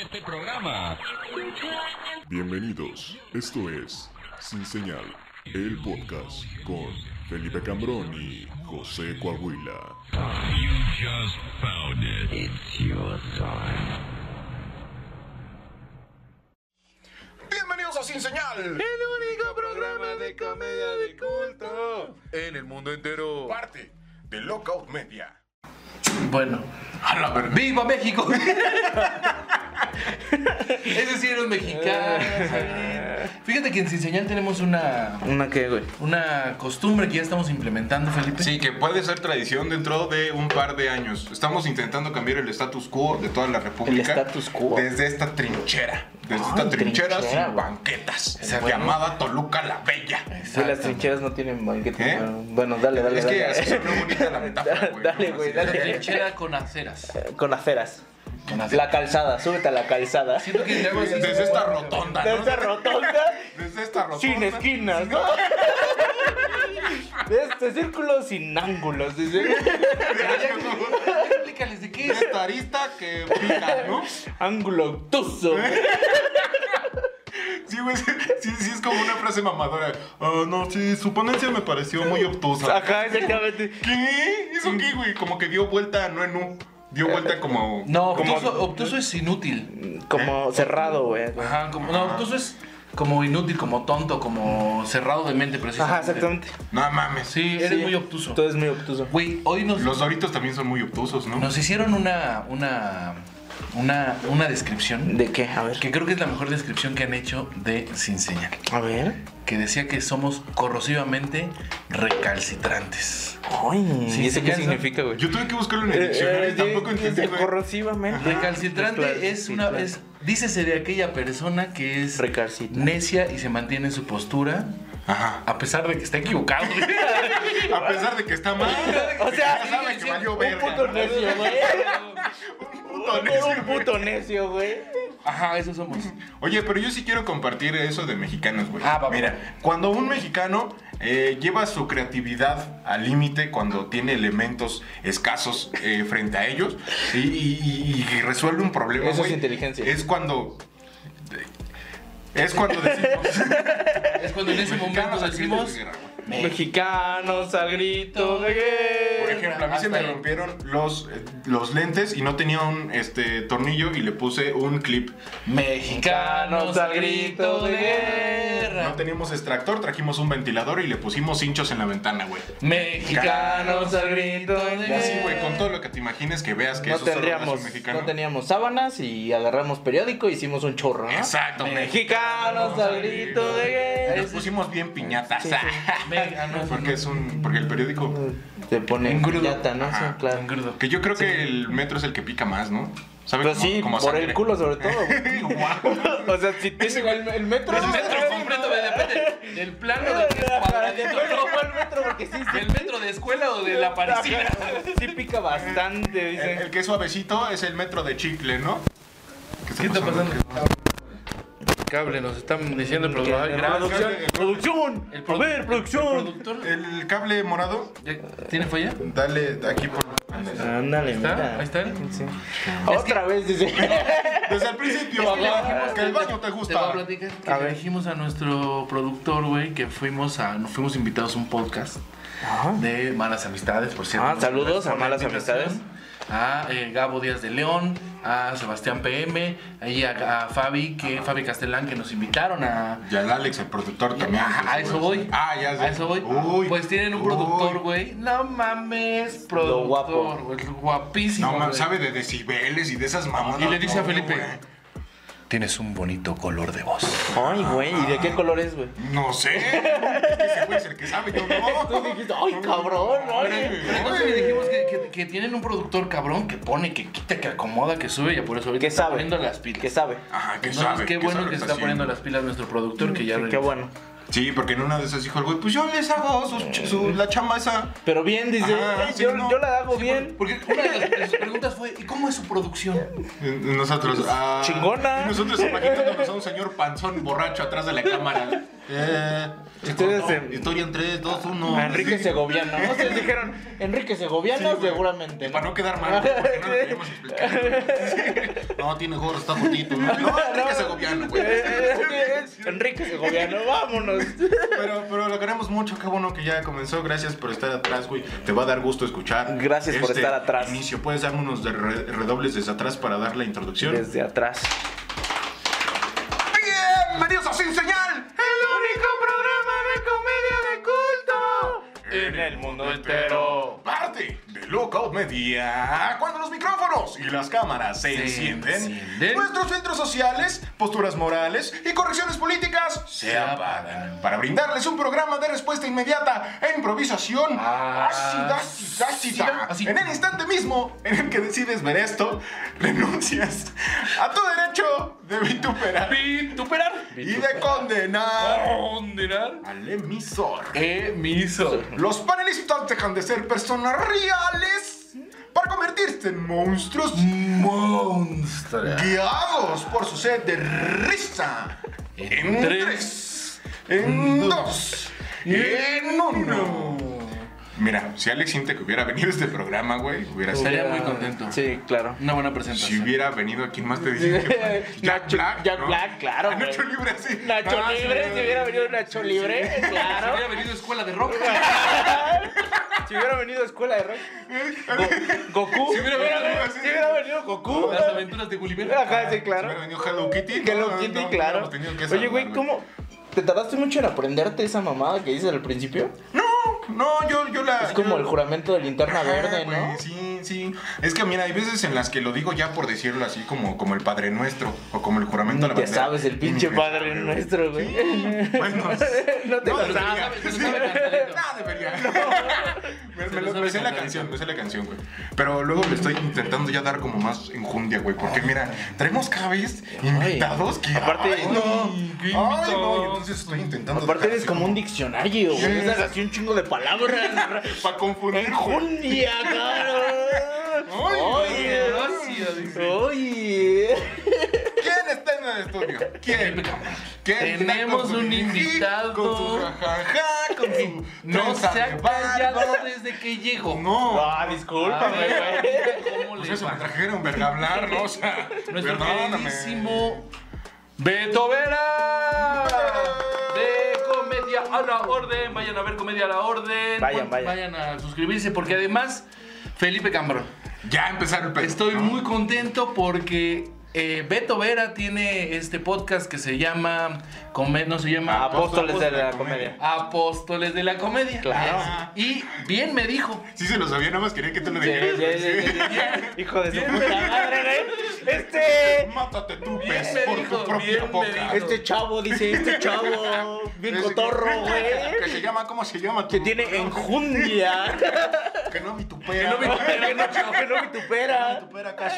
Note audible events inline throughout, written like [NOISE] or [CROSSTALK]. este programa. Bienvenidos, esto es Sin Señal, el podcast con Felipe Cambrón y José Coahuila. You just found it. It's your time. Bienvenidos a Sin Señal, el único programa de comedia de culto en el mundo entero. Parte de Lockout Media. Bueno, A la verdad. ¡Viva México! [LAUGHS] Ese sí era un mexicano. Fíjate que en Sin Señal tenemos una, ¿Una qué, güey? una costumbre que ya estamos implementando, Felipe. Sí, que puede ser tradición dentro de un par de años. Estamos intentando cambiar el status quo de toda la república. El status quo. Desde esta trinchera. Desde esta Ay, trinchera, sin trinchera, güey. banquetas. Exacto. Llamada Toluca la Bella. Sí, las trincheras no tienen banqueta. ¿Eh? pero- Bueno, dale, dale. es dale, que así dale. sonó bonita la [LAUGHS] metáfora, güey. Dale, güey, La dale. trinchera con aceras. [LAUGHS] Con aceras. Con La aceras. calzada, súbete a la calzada. Siento que le hago así. Desde esta rotonda, ¿no? De esta rotonda Desde esta rotonda. sin esquinas, ¿no? [LAUGHS] De este círculo sin ángulos. dice. [LAUGHS] Explícales de qué es. Esta arista que pica, ¿no? Ángulo obtuso. Sí, güey, sí, sí, sí es como una frase mamadora. Ah, no, sí, su ponencia me pareció muy obtusa. Ajá, exactamente. ¿Qué? ¿Eso qué, güey? Como que dio vuelta, no en U. Dio vuelta como. No, como, obtuso, obtuso es inútil. Como cerrado, güey. Ajá, como, no, obtuso es como inútil, como tonto, como cerrado de mente, precisamente. Ajá, exactamente. No mames. Sí, eres Sí. muy obtuso. Tú eres muy obtuso. Güey, hoy nos, Los doritos también son muy obtusos, ¿no? nos hicieron una, una, una, una descripción ¿De qué? A ver. que creo que es la mejor descripción que han hecho de Sin Señal, A ver. que decía que somos corrosivamente recalcitrantes. Ay, Sí, ¿y eso sí, qué ya, ¿no? significa, güey? Yo tuve que buscarlo en el Eh, diccionario y eh, tampoco sí, entendí, sí, güey. Corrosivamente. Recalcitrante Claro, Ah, es sí, una claro. es dícese de aquella persona que es Recalcitrante. necia y se mantiene en su postura Ajá. a pesar de que está [LAUGHS] equivocado. A pesar de que está mal. [LAUGHS] O sea, ya sabe que valió un puto verga. ¿no? Un puto necio, güey. necio, Un güey. puto necio, güey. Ajá, eso somos. Oye, pero yo sí quiero compartir eso de mexicanos, güey. Ah, va, va. Mira, cuando un mexicano eh, lleva su creatividad al límite, cuando tiene elementos escasos eh, frente a ellos y, y- y- y resuelve un problema, Eso es güey, inteligencia. Es cuando... Es [LAUGHS] cuando decimos... Es cuando en ese momento mexicanos al grito de decimos guerra, güey. Mexicanos al grito de guerra. Por ejemplo, a mí se Hasta me ahí. rompieron los, eh, los lentes y no tenía un este, tornillo y le puse un clip. mexicanos al grito de guerra. No teníamos extractor, trajimos un ventilador y le pusimos hinchos en la ventana, güey. Mexicanos al grito de Y guerra. así, güey, con todo lo que te imagines que veas que No eso solo lo hace un tendríamos, mexicano. no teníamos sábanas y agarramos periódico y hicimos un chorro, ¿no? Exacto, México. Mexicanos al grito de guerra. Nos pusimos bien piñatas. [LAUGHS] Mexicanos porque es un. Porque el periódico. Te pone En crudo. piñata, ¿no? Ajá, Sí, claro. en crudo. Que yo creo que el metro es el que pica más, ¿no? ¿Sabes? Pero Pues sí, por el [LAUGHS] culo sobre todo, güey. [LAUGHS] O sea, si te el, el metro. El metro completo, güey, depende del plano de que es cuadradito, ¿no? el metro porque sí, sí. ¿Del metro de escuela o de la parisina? Sí pica bastante, El, dicen. el que es suavecito es el metro de chicle, ¿no? ¿Qué está pasando? Cable, nos están diciendo el productor. Que- Graba, Producción. cable. Producción. El A produ- ver, producción. ¿Productor? El cable morado, ¿Ya ¿Tiene falla? dale aquí [LAUGHS] por. Ándale, ¿Está? Ahí está él. Sí. Otra vez dice. Desde el principio, Es dijimos que le dijimos que el baño te Te voy a gusta. platicar que A le ver. dijimos a nuestro productor, güey, que fuimos a, fuimos invitados a un podcast de Malas Amistades, por cierto. Ah, saludos a Por la Malas invitación Amistades. A eh, Gabo Díaz de León, a Sebastián PM, ahí a, a Fabi, que, Fabi Castellán, que nos invitaron a, Ya el Alex, el productor también. Ah, a eso voy. Ah, ya sé. A eso voy. Uy, pues tienen un uy. productor, güey. No mames, productor. guapo. güey, Guapísimo. No, man, güey. sabe de decibeles y de esas mamadas. Y le dice no, a Felipe, güey. tienes un bonito color de voz. Ay, güey, ¿y de qué color es, güey? No [LAUGHS] sé. Es que ese güey es el que sabe, yo Tú no. dijiste, ay, cabrón, no, Pero oye. pero entonces le dijimos que, que- que tienen un productor cabrón que pone, que quita, que acomoda, que sube. Ya por eso ahorita ¿Qué está sabe? poniendo las pilas. ¿Qué sabe? Ajá, que Entonces, sabe. qué que bueno sabe lo que se está haciendo. poniendo las pilas nuestro productor, que ya Qué, regresó. qué bueno. Sí, porque en una de esas dijo el güey, pues yo les hago sus ch- su- la chamba esa. Pero bien, Ajá, dice, "Eh, Ah, sí, yo, no. yo la hago bien. Porque una de las, de sus preguntas fue, ¿y cómo es su producción? Nosotros. ah, Chingona. Y nosotros imaginándonos a un señor panzón borracho atrás de la cámara. Eh, se Ustedes cortó. en- Historia en 3, 2, 1. A Enrique [LAUGHS] Segoviano. ¿no? Ustedes dijeron, Enrique Segoviano Sí, güey. seguramente. Para no quedar mal, porque [LAUGHS] no lo queremos explicar. güey. No, tiene gorro, está gordito. No, [LAUGHS] Enrique Segoviano, güey. Eh, [LAUGHS] Enrique Segoviano, vámonos. Pero, pero lo queremos mucho, qué bueno que ya comenzó. Gracias por estar atrás, güey. Te va a dar gusto escuchar. este Gracias por estar atrás. Inicio, puedes darme unos de re- redobles desde atrás para dar la introducción. Desde atrás. Bienvenidos a Sin Señal, el único programa de comedia de culto En el mundo entero. Parte de Lookout Media. Cuando los micrófonos y las cámaras se, Se encienden, encienden. nuestros filtros sociales, posturas morales y correcciones políticas se, Se apagan. apagan. Para brindarles un programa de respuesta inmediata e improvisación Ah, ácida, ácida, ácida. así. En el instante mismo en el que decides ver esto, renuncias a tu derecho de vituperar Vituperar. Oh. y de condenar Condenar. al emisor. Eh, Emisor. Los panelistas dejan de ser personas reales para convertirse en monstruos Monster. guiados por su sed de risa. En tres, en dos, y en uno. Mira, si Alex Sintek hubiera venido a este programa, güey, hubiera sido. Estaría muy contento. Sí, claro. Una buena Si presentación. hubiera venido, ¿quién más te dice? que fue? [LAUGHS] Nacho- Jack Black, claro, Ah, Nacho güey. Libre, sí. Nacho Ah, sí, Libre, si güey. hubiera venido Nacho Libre, Si hubiera claro. venido a escuela de rock. [LAUGHS] Si hubiera venido a escuela de rock. Eh, Go- Goku. Si hubiera venido- si hubiera venido Goku. Las aventuras de Gulliver. Ajá, sí, Si hubiera claro. venido Hello Kitty. [LAUGHS] Que no, lo no, Kitty, no, claro. hubiéramos tenido que Oye, güey, salvar, ¿cómo? ¿Te tardaste mucho en aprenderte esa mamada que dices al principio? No, no, yo, yo la. Es como yo- el juramento de linterna Ajá, verde, güey, ¿no? Sí, sí. Es que mira, hay veces en las que lo digo ya por decirlo así, como, como el Padre Nuestro o como el juramento a la Te bandera. sabes el pinche Y me- Padre Nuestro, güey. Sí, bueno, [LAUGHS] No te no lo debería. sabes, te lo Sí. sabes cantadito. No, debería. Me- Te Me lo lo- sabes me sé la cantadito. canción, me sé la canción, güey. Pero luego le estoy intentando ya dar como más enjundia, güey. Porque mira, traemos cada vez invitados que. Aparte- ay, no. qué Ay, no. invitados. y Entonces estoy intentando. Aparte dejar eres así como un diccionario, güey. Sí. Estás así un chingo [LAUGHS] de palabras. Para confundir, güey. Enjundia, cabrón. Ay, Oye, gracia, dice. oye. ¿Quién está en el estudio? ¿Quién? ¿Quién está Tenemos con su un jiji, invitado. Con su jajaja, con su. No trenza se ha de barba? callado desde que llegó. No. Ah, discúlpame, Ay, güey. güey, ¿Cómo Pues le eso me va? trajeron, verga, hablar, ¿no? O sea, Nuestro perdóname. queridísimo Beto Vera de Comedia a la Orden. Vayan a ver Comedia a la Orden. Vayan, vayan. Vayan a suscribirse porque además, Felipe Cambrón, Ya empezaron el pedo, estoy ¿no? muy contento porque eh, Beto Vera tiene este podcast que se llama. Come- no se llama. Apóstoles de la comedia. Apóstoles de la Comedia. Claro. Y bien me dijo. Sí, se lo sabía, nada más quería que te lo Sí, dijeras. sí, sí, güey, sí, sí. sí. Hijo de su puta madre, güey. Este. Mátate tú, Bien pez, me por dijo, tu propia bien me boca. dijo. Este chavo, dice, este chavo. Bien Ese- [LAUGHS] cotorro, Que se güey. llama, ¿cómo se llama? Que tu- tiene enjundia. Que no vitupera. Que [LAUGHS] no vitupera. Que no, que no vitupera. vitupera casi.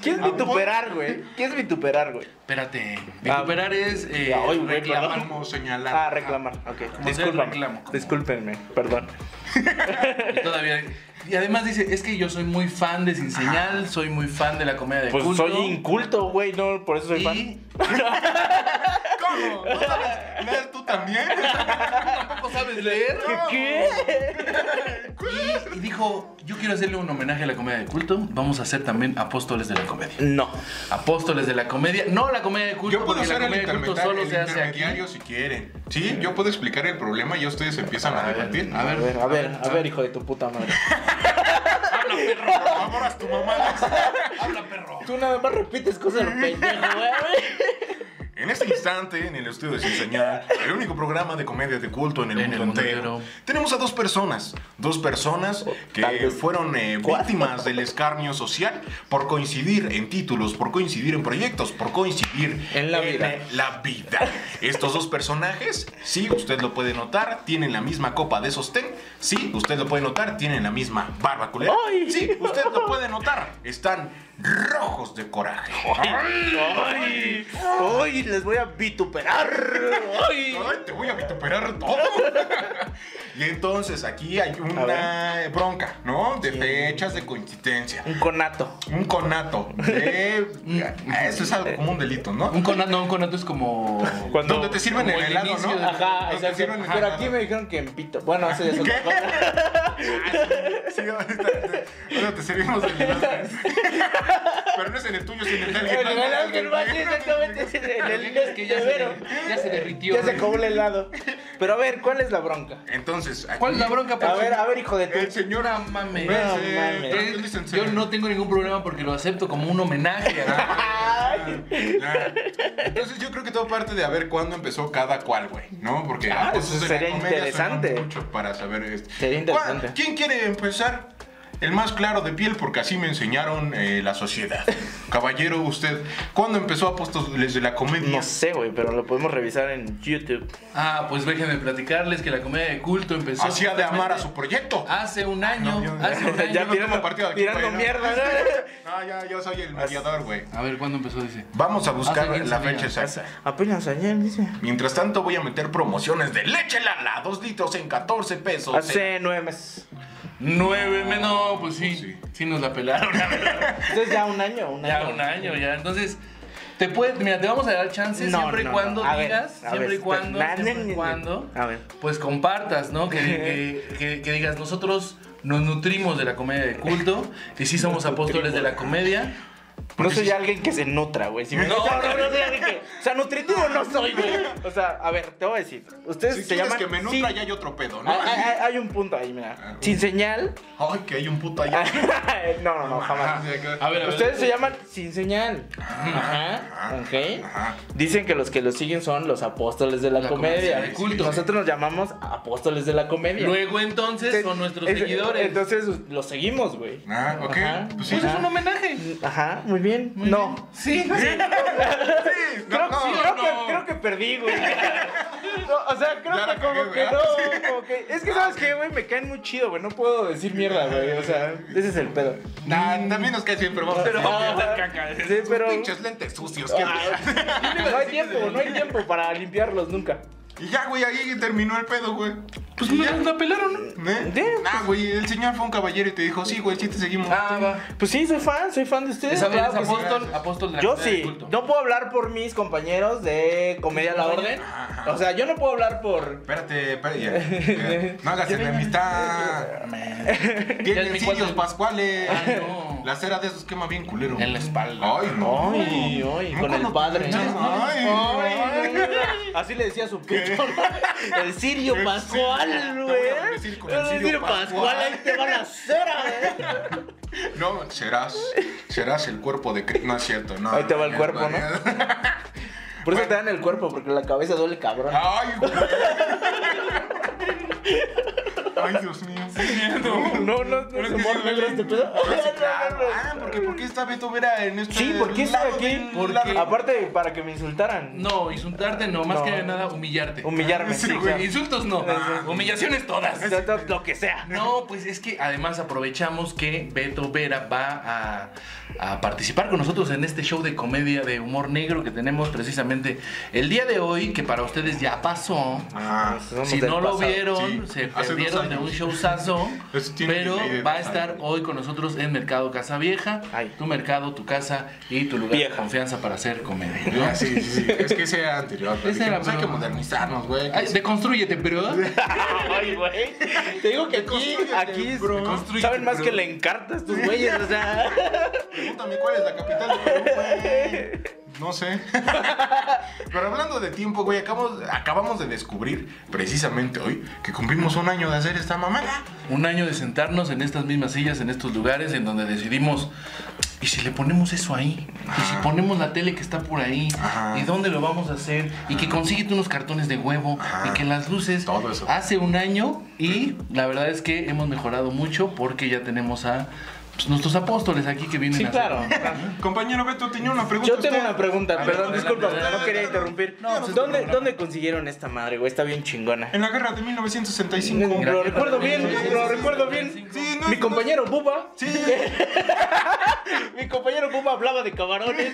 ¿Qué es vituperar, güey? ¿Qué es vituperar, güey? Espérate. Recuperar es. eh, Ah, ay, güey, reclamar. perdón. Como señalar. Ah, reclamar, ok. Como sea, Discúlpame. reclamo, como- Discúlpenme, perdón. Y todavía. Y además dice, es que yo soy muy fan de Sin Señal, soy muy fan de la comedia de Pues culto. soy inculto, güey, no, por eso soy y fan. Ah, ¿Cómo? ¿No sabes leer tú también? tampoco sabes [LAUGHS] leer. ¿Qué? Y, y dijo, yo quiero hacerle un homenaje a la comedia de culto, vamos a hacer también apóstoles de la comedia. No. Apóstoles de la comedia, no la comedia de culto, Yo puedo porque la ser el comedia de culto intermediario, solo el se hace aquí. intermediario si quieren. Sí, yo puedo explicar el problema y ustedes empiezan a debatir. A ver, a ver, a ver, hijo de tu puta madre. Por favor, haz tu mamada. Habla perro. Tú nada más repites cosas de pendejo, güey. En este instante, en el estudio de Sin Señal, el único programa de comedia de culto en el, mundo, entero, tenemos a dos personas. Dos personas Oh, Tal que vez fueron eh, cuatro. víctimas del escarnio social por coincidir en títulos, por coincidir en proyectos, por coincidir En la vida. eh, la vida. Estos dos personajes, sí, usted lo puede notar, tienen la misma copa de sostén. Sí, usted lo puede notar, tienen la misma barba culera. Ay. Sí, usted lo puede notar, están rojos de coraje. Ay, ay, les voy a vituperar. Ay. Ay, te voy a vituperar todo. [LAUGHS] y entonces aquí hay una ver. bronca, ¿no? De Sí. fechas de coincidencia. Un conato. Un conato. de- Mm, ah, eso es algo como un delito, ¿no? Un conato, no, un conato es [LAUGHS] como. Cuando- Donde te sirven como el el helado, inicio ¿no? de- Ajá, Donde te exacto. sirven el Pero helado. aquí me dijeron que en pito. Bueno, eso ya [LAUGHS] [LAUGHS] es otra cosa. Ah, Sí, ahorita te- ahorita te servimos el helado. Pero no es en el tuyo, es en el de alguien más. El helado que más, sí, exactamente, es el- el- Es que ya se, vero. der- ya se derritió. Ya se acabó el helado. Pero a ver, ¿cuál es la bronca? Entonces, aquí- ¿Cuál es la bronca? A Paco? ver, a ver, hijo de tu. El señor Señora, mame. No, Ese- mames. ¿por qué dicen Yo señor? no tengo ningún problema porque lo acepto como un homenaje. ¿verdad? [LAUGHS] Ya. Entonces yo creo que todo parte de a ver cuándo empezó cada cual, güey, ¿no? Porque Ah, ah, pues, eso de la sería comedia interesante. suena mucho para saber esto. Sería interesante. ¿Cuál- ¿Quién quiere empezar? El más claro de piel, porque así me enseñaron eh, la sociedad. Caballero, usted, ¿cuándo empezó Apóstoles de la Comedia? No sé, güey, pero lo podemos revisar en YouTube. Ah, pues déjenme platicarles que la comedia de culto empezó. Hacía de amar a su justamente proyecto. Ah, Hace un año. No, yo- [LAUGHS] hace un año. Ya no tirando, tomo partido aquí, tirando güey, ¿no? mierda. ¿no? [LAUGHS] Ah, ya, yo soy el mediador, güey. A ver, ¿cuándo empezó? Dice. Vamos a buscar Hace Ah, 15 la días. fecha exacta. Apenas ayer, dice. Mientras tanto, voy a meter promociones de leche lala, 2 litros en 14 pesos. Hace nueve meses. Nueve menos. No, pues sí, sí. Sí. nos la pelaron. la verdad. Entonces ya un año, un año. ya un año, ya. Entonces. Te puede, mira, te vamos a dar chance No, siempre y no, cuando no. A ver, digas, a siempre ver, y cuando, na- siempre na- y cuando, A ver. pues compartas, ¿no? [LAUGHS] Que, que- que- que digas, nosotros nos nutrimos de la comedia de culto y sí somos apóstoles de la comedia. No soy alguien que se nutra, güey. Si me No. no, no, no, soy alguien que. O sea, nutritivo no soy, güey. O sea, a ver, te voy a decir. Ustedes Si se quieres llaman. que me sí, Ah, nutra, ya hay otro pedo, ¿no? hay, hay- hay un punto ahí, mira. Sin señal. Ay, que hay un puto allá. Ah, [LAUGHS] Ah, no, no, no, jamás. A ver, a ver. Ustedes se llaman sin señal. Ajá. Ok. Dicen que los que los siguen son los apóstoles de la, La comedia. comedia de culto. Nosotros nos llamamos apóstoles de la comedia. Luego entonces son nuestros Es- seguidores. Entonces ah. los seguimos, güey. Ah, ok. Ajá. Pues sí. pues es Ajá. un homenaje. Ajá, muy bien. Muy no. bien. Sí. Creo, No, sí, no, creo no. que, creo que perdí, [LAUGHS] güey. No, o sea, creo Ya la que como cagué, que no, ¿verdad? como que... Es que, ¿sabes qué, güey? Me caen muy chido, güey. No puedo decir mierda, güey. O sea, ese es el pedo. Nah, también nos cae siempre, vamos. Pero vamos a hacer caca. Sí, pero... Pinches lentes sucios, qué Ah, No hay tiempo, no hay tiempo para limpiarlos nunca. [LAUGHS] Y ya, güey, ahí terminó el pedo, güey. Pues no, nos la pelaron. ¿Eh? Nah, güey, el señor fue un caballero y te dijo, sí, güey, sí te seguimos. Ah, va. Pues sí, soy fan, soy fan de ustedes. Es, es claro que sí. apóstol, apóstol de la Yo comedia de sí, culto. no puedo hablar por mis compañeros de Comedia a la Orden. O sea, yo no puedo hablar por... Espérate, espérate. ya. [LAUGHS] Eh, No hagas enemistad. Ya es Tienen mi sirios cuate. pascuales. Ah, no. La cera de esos quema bien culero. En la espalda. Ay, no. Ay, Ah, ay, No, con el cuando- padre. Ay, Ay, ay. Así le decía a su pito. El Sirio El Pascual, Sirio. güey. Te voy a decir con el El Sirio Sirio Pascual, Pascual. ahí te van a hacer, güey. No, serás, serás el cuerpo de Cristo. No es cierto, no. Ahí te va el no, cuerpo, no, ¿no? no. Por eso te dan el cuerpo, porque la cabeza duele cabrón. Ay, güey. Ay, Dios mío. No, no, no, Pero es es que humor sí negro duele. este pedo. Ah, sí, claro. Ah, porque ¿por qué esta Beto Vera en este [LAUGHS] Sí, ¿por qué está lado aquí? del- Porque, lado? aparte, para que me insultaran. No, insultarte no, más No. que nada humillarte. Humillarme, Sí, sí, güey. claro. Insultos no, humillaciones todas. Todo Lo que sea. No, pues es que además aprovechamos que Beto Vera va a, a participar con nosotros en este show de comedia de humor negro que tenemos precisamente el día de hoy, que para ustedes ya pasó. Ah, Somos Si del no lo pasado. vieron, Sí, se hace dos perdieron de años. un showzazo. [LAUGHS] Eso tiene pero delay de va a dos estar años. hoy con nosotros en Mercado Casa Vieja. Ay. Tu mercado, tu casa y tu lugar de Vieja. confianza para hacer comedia. ¿no? ah, sí, sí, sí. Es que ese era anterior. pero Ese era, dijimos, Hay que pero- modernizarnos, güey. Ay, deconstrúyete, pero. ¿eh? Ay, güey. Te digo que aquí, Deconstrúyete, aquí es- bro. saben más Deconstrúyete, que bro. le encartas tus güeyes, o sea. Pregúntame cuál es la capital de Perú, güey. No sé. [LAUGHS] Pero hablando de tiempo, güey, acabamos, acabamos de descubrir precisamente hoy que cumplimos un año de hacer esta mamada. Un año de sentarnos en estas mismas sillas, en estos lugares, en donde decidimos, ¿y si le ponemos eso ahí? ¿Y si ponemos la tele que está por ahí? Ajá. ¿Y dónde lo vamos a hacer? Y que consíguete unos cartones de huevo, Ajá. y que las luces. Todo eso. Hace un año y la verdad es que hemos mejorado mucho porque ya tenemos a pues, nuestros apóstoles aquí que vienen Sí, a hacer- claro. Compañero Beto, tenía una pregunta. Yo tengo usted. una pregunta, A ver, perdón, adelante, disculpa, adelante. no quería interrumpir. No, pues, ¿Dónde, programa. ¿Dónde consiguieron esta madre, güey? Está bien chingona. En la guerra de 1965. Lo Gracias. recuerdo bien, Sí, sí, lo sí, recuerdo sí, bien. Sí, no, Mi no. compañero Buba, Sí, mi compañero Buba hablaba de cabarones.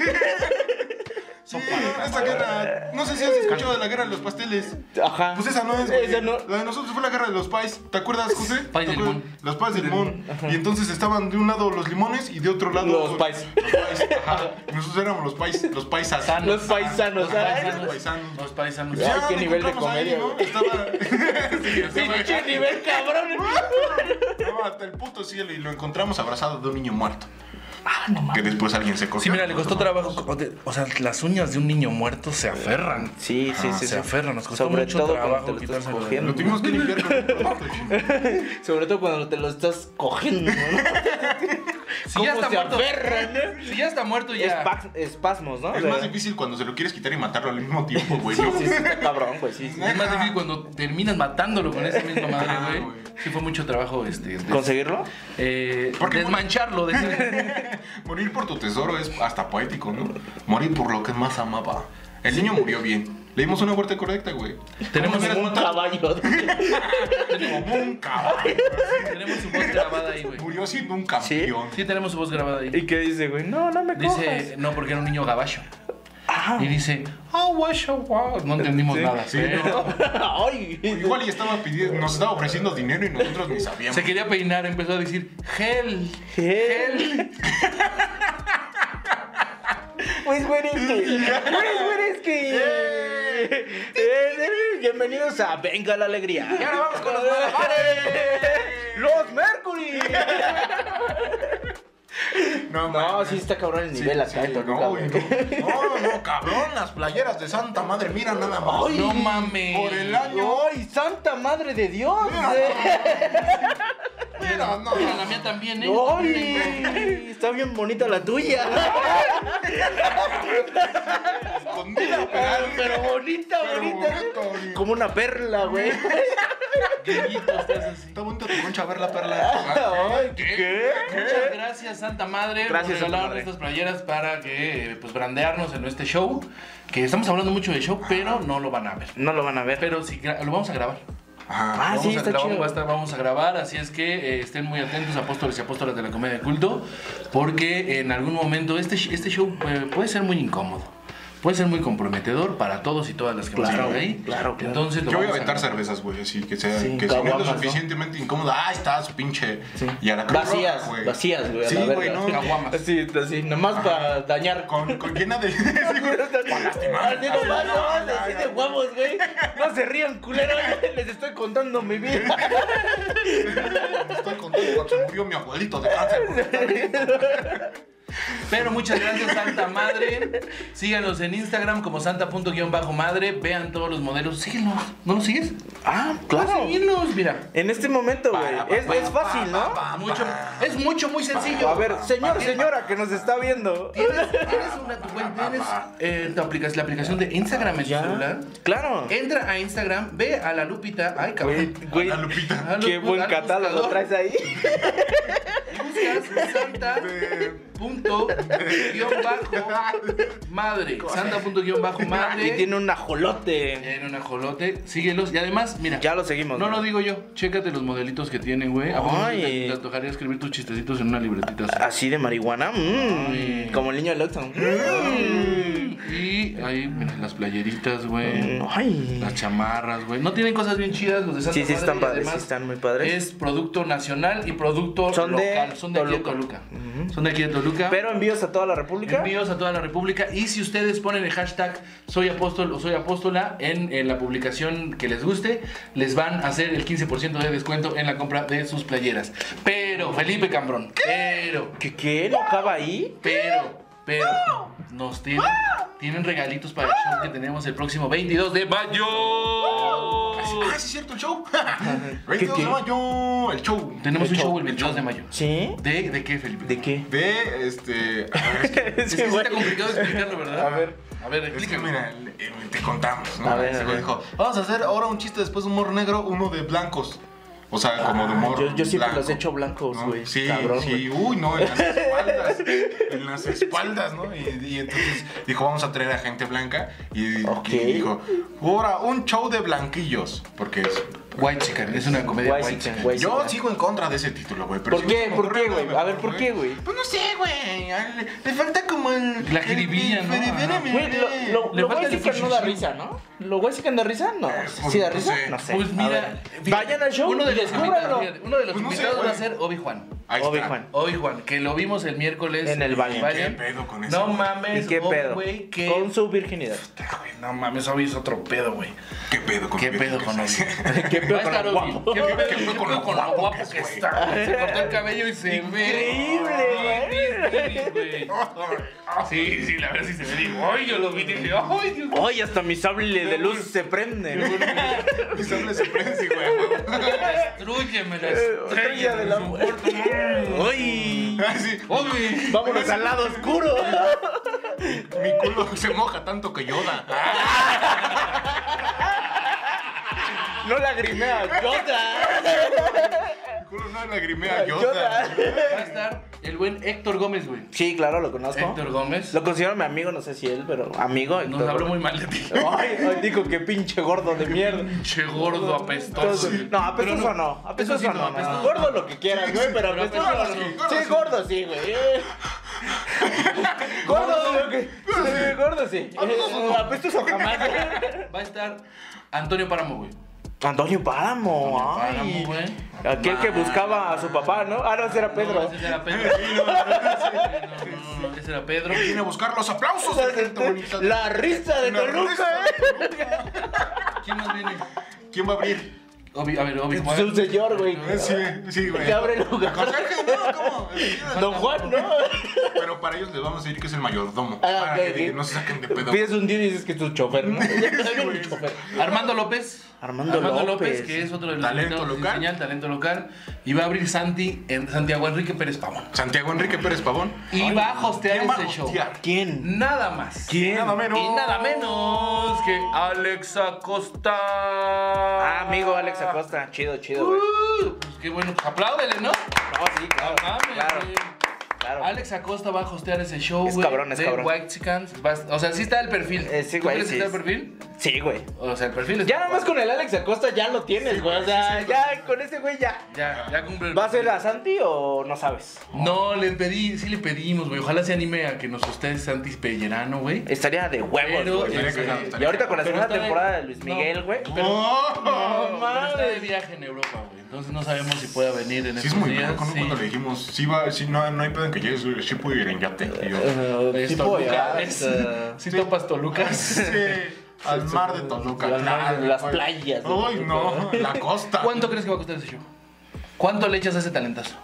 sí, no, es esta guerra. No sé si has escuchado de la guerra de los pasteles. Ajá. Pues esa no es, güey. Esa no. La de nosotros fue la guerra de los pais. ¿Te acuerdas, José? ¿Te Pais del acuerdas? Mon. Los pais del limón. Y entonces estaban de un lado los limones y de otro lado Los pais. Los pais. Ajá. Y Nosotros éramos los pais, los paisas. Sanos. Los paisanos. Los ay, paisanos. los paisanos. Los paisanos. Ay, Ya qué le nivel de encontramos ahí, comedia, ¿no? güey. [LAUGHS] Estaba. Sí, estaba- Pinche nivel cabrón. estaba hasta el puto cielo y lo encontramos abrazado de un niño muerto. Ah, Que después alguien se cogió. Sí, mira, le costó trabajo. co- de- O sea, las uñas de un niño muerto se aferran. Sí, sí, Ah, sí. se sí. aferran, nos costó Sobre mucho todo trabajo cuando te lo estás quitárselo. Lo cogiendo. tuvimos que limpiar [LAUGHS] con el producto, chingada. Sobre todo cuando te lo estás cogiendo, ¿no? Si ¿Cómo ya está se muerto. aferran, eh? Si ya está muerto, [LAUGHS] ya. Espa- Espasmos, ¿no? O Es sea, más difícil cuando se lo quieres quitar y matarlo al mismo tiempo, güey. ¿no? Sí, sí, está cabrón, güey. Sí, sí. Es más difícil cuando terminas matándolo con esa misma Ah, madre, güey. güey. Sí, fue mucho trabajo este. des- ¿Conseguirlo? eh, Porque- desmancharlo. des- Morir por tu tesoro es hasta poético, ¿no? Morir por lo que más amaba. El niño murió bien. Le dimos una muerte correcta, güey. [LAUGHS] Tenemos ¿Cómo Un hubieras matado? caballo. Como un caballo. tenemos su voz grabada ahí, güey. Murió siendo un campeón. Sí, tenemos su voz grabada ahí. ¿Y qué dice, güey? No, no me Dice, cojas. no, porque era un niño gabacho. Ah. Y dice, oh, wash, oh, wow. No entendimos nada. sí, pero- [LAUGHS] Ay, Igual y estaba pidiendo, nos estaba ofreciendo dinero y nosotros ni sabíamos. Se quería peinar, empezó a decir, gel, Gel. gel. Pues Wereski. [LAUGHS] Pues Wereski. Eh. Bienvenidos a Venga la Alegría. Y ahora vamos con los ¡Los [LAUGHS] Mercury! No, No, man. sí está cabrón el Sí, nivel sí, acá en Toluca, no, güey. güey, no, no, no, cabrón, las playeras de Santa Madre, mira nada más. Ay, No mames. Por el año. ¡Ay, santa madre de Dios! eh. Mira, no. Mira, La mía también, ¿eh? ¡Ay! Está bien bonita la tuya. Escondida, Ah, Pero bonita, Pero bonita. bonito, güey. Como una perla, güey. pues, Está bonito tu concha a ver la perla. [LAUGHS] Ay, Ah, ¿Qué? Muchas gracias, Santa Madre, Gracias, por regalarnos Santa Madre. estas playeras para que eh, pues brandearnos en este show. Que estamos hablando mucho de show, pero no lo van a ver. No lo van a ver. Pero sí, gra- lo vamos a grabar. Ajá. Ah, vamos, sí, a, está la- chido. va a estar- vamos a grabar, así es que eh, estén muy atentos, apóstoles y apóstolas de la comedia de culto, porque en algún momento este, sh- este show eh, puede ser muy incómodo, puede ser muy comprometedor para todos y todas las que van a Claro, estar ahí. claro, claro. Entonces, lo Yo voy a vamos aventar cervezas, güey, así que sea, Sí, que sea caguamas, ¿no? suficientemente incómoda. Ah, está su pinche. Y a la Cruz Vacías, Roja, güey. vacías, güey. a Sí, la güey, verga. no. Caguamas. Así, así, nomás para dañar. Con, con llena de. sí, [LAUGHS] güey, [LAUGHS] para lastimar. Así nomás, nomás, así de huevos, güey. No se rían, culeros. [LAUGHS] Les estoy contando [LAUGHS] mi vida. Estoy contento porque se murió mi abuelito de cáncer. güey. Pero muchas gracias, Santa Madre. Síganos en Instagram como santa.-madre. Vean todos los modelos. Síguenos. ¿No los sigues? Ah, Síguenos, mira. En este momento, güey. Es, es fácil, ¿no? Mucho, es mucho, muy sencillo. A ver, señor, señora que nos está viendo. Tienes, tienes una, tu, cuenta, tienes eh, tu aplicación, la aplicación de Instagram en tu celular. Claro. Entra a Instagram, ve a la Lupita. Ay, Güey, cabrón. güey. La Lupita. [LAUGHS] Al- Qué buen al catálogo buscador. traes ahí. Buscas [LAUGHS] Santa punto guión bajo madre. Santa punto guión bajo madre. Y tiene un ajolote. Tiene un ajolote. Síguelos. Y además, mira. Ya lo seguimos. No güey. lo digo yo. Chécate los modelitos que tienen, güey. ¿A poco no Ay. te, te antojaría escribir tus chistecitos en una libretita así? Así de marihuana. mm, Ay. Mm. Como el niño del Oxxo. Y ahí, mira, las playeritas, Mm. güey. Ay. Las chamarras, güey. No tienen cosas bien chidas los de Santa Sí, sí, Madre, están y padres, además sí, están muy padres. Es producto nacional y producto Son de local. Son de aquí de Toluca. Toluca. Son de aquí de Toluca. Pero envíos a toda la República. Envíos a toda la República. Y si ustedes ponen el hashtag soy apóstol o soy apóstola en, en la publicación que les guste, les van a hacer el 15% de descuento en la compra de sus playeras. Pero, Felipe Cambrón, pero, ¿Qué, qué? ¿No acaba ahí? pero, pero, nos tienen, ¡Ah! tienen regalitos para el show que tenemos el próximo 22 de mayo. Ah, sí, es cierto, el [LAUGHS] show. 22 ¿Qué, de qué? mayo, el show. Tenemos El un show, show el 22 de mayo. ¿Sí? ¿De, de qué, Felipe? ¿De qué? De este. A ver, es que- [LAUGHS] Es Sí, que sí güey. está complicado explicarlo, ¿verdad? A ver. a ver, Es que explícame. mira, el- el- te contamos, ¿no? A ver, Ese a güey ver. dijo, vamos a hacer ahora un chiste después de humor negro, uno de blancos. O sea, como de humor Ah, yo- yo siempre los blanco, he hecho blancos, ¿no? güey, Sí, cabrón, sí, uy, no, [LAUGHS] en las espaldas. en las espaldas, ¿no? Y, y entonces dijo, vamos a traer a gente blanca. Y, y Ok. dijo, ahora un show de blanquillos. Porque es White Chicken, es una comedia White White, Chicken, Chicken. White Yo Chicken. sigo en contra de ese título, güey. pero ¿Por sí qué? me ¿Por ocurre qué, nada güey? mejor, A ver, ¿por qué, güey? Pues no sé, güey. al- Le falta como el. La jiribilla, ¿no? el- Ajá. el- Güey, lo, lo, Le lo falta White el Chicken no da fuchichín. risa, ¿no? ¿Lo White Chicken da risa? No. pues, ¿Sí da no risa? sé. No sé. Pues A mira, ver. fíjate, vayan al show uno de y los descúbranlo. invitados- uno de los Pues no sé, invitados va a güey. ser Obi-Wan. Ahí está. Obi-Juan. Obi Juan, que lo vimos el miércoles En el Valiant. ¿Qué pedo con eso, No güey? mames, oh, ¿Y qué pedo? Güey, que... Con su virginidad. Güey, No mames, Obi es otro pedo, güey. ¿Qué pedo con ¿Qué el- pedo con Obi? [LAUGHS] [LAUGHS] ¿Qué Va a pedo con estar lo Obi. guapo? ¿Qué pedo- qué pedo con lo guapo que es, que güey? está? Se cortó el cabello y [LAUGHS] se ve. Increíble, güey. Sí, sí, la verdad sí se [LAUGHS] ve. Digo, ay, yo lo vi y dije, ay, Dios mío. Hoy hasta mi sable de luz se prende. Y sale su prensa, [LAUGHS] güey. Destrúyeme la estrella estrella Eh, de de la su muerte. puerto. Mm. ¡Ay! Ah, sí. Obi. ¡Vámonos al lado oscuro! Mi culo se moja tanto que Yoda. Ah, No lagrimea, Yoda. Mi culo no lagrimea Yoda. Yoda. Va a estar el buen Héctor Gómez, güey. Sí, claro, lo conozco. Héctor Gómez. Lo considero mi amigo, no sé si él, pero amigo. Nos Héctor. habló muy mal de ti. Ay, ay, digo que pinche gordo de mierda. Pinche gordo apestoso. Entonces, no, apestoso Pero no, apestoso Eso sí, no, no, apestoso. Gordo lo que quieras, güey, pero pero apestoso gordo no. sí, gordo Sí, sí. gordo sí, güey. [LAUGHS] Gordo lo que. sí, Gordo sí. Eh, Apestoso jamás. güey. Va a estar Antonio Páramo, güey. Antonio Páramo, Páramo, ay. güey. Aquel que buscaba a su papá, ¿no? Ah, no, ese era Pedro. No, ese era Pedro. No, no, no, ese era Pedro. Viene a buscar los aplausos de gente bonita. La risa de La Toluca, eh. ¿Quién más viene? ¿Quién va a abrir? Obi, a ver, Obi Juan. Su señor, güey. Pues, Pues Sí, sí, güey. Que abre el lugar. Conserje, no, [LAUGHS] ¿cómo? Don Juan, ¿no? Pero para ellos les vamos a decir que es el mayordomo. para Ah, ok, que ok. digan, no se saquen de pedo. Pides un día y dices que es tu chofer, [LAUGHS] ¿no? güey. Chofer. Armando López. Armando López, que es otro de los Talento invitados de local. Señal, talento local. Y va a abrir Santi en Santiago Enrique Pérez Pavón. Santiago Enrique Pérez Pavón. Y va a hostear ¿Quién va este a show. hostear? ¿Quién? Nada más. ¿Quién? Nada menos. Y nada menos que Alex Acosta. Ah, amigo Alex Acosta, chido, chido, güey. Uh, pues qué bueno, pues apláudele, ¿no? No, sí, claro. Mames, Claro, güey. claro. Alex Acosta va a hostear ese show, Es güey, cabrón, es de cabrón. White Chickens. Va- O sea, sí está el perfil. Eh, sí, ¿Tú güey, crees sí que es. está el perfil? Sí, güey. O sea, el perfil es. Ya nada más con el Alex Acosta ya lo tienes, güey. O sea, ya con ese güey ya. Ya, ya cumple el ¿Va a ser perfil. a Santi o no sabes? No, le pedí, sí le pedimos, güey. Ojalá se anime a que nos ustedes Santi Pellerano, güey. Estaría de Pero, huevos, güey. Estaría este, cagado, Y estaría ahorita con la pero segunda está de- temporada de Luis Miguel, No. güey. ¡Oh! pero está de viaje en Europa, güey. Entonces no sabemos si pueda venir en Sí, es estos muy días. bien. Cuando, sí. cuando le dijimos, sí, va, sí, no, no hay pedo en que llegues, güey, sí puedo ir en yate. Y yo, Eh, Es sí puedo Toluca. llegar, es- eh, Sí, topas Toluca. sí, al mar de Toluca. Al mar de claro, las güey. playas, ¿no? Ay, no, la costa. ¿Cuánto crees que va a costar ese show? ¿Cuánto le echas a ese talentazo?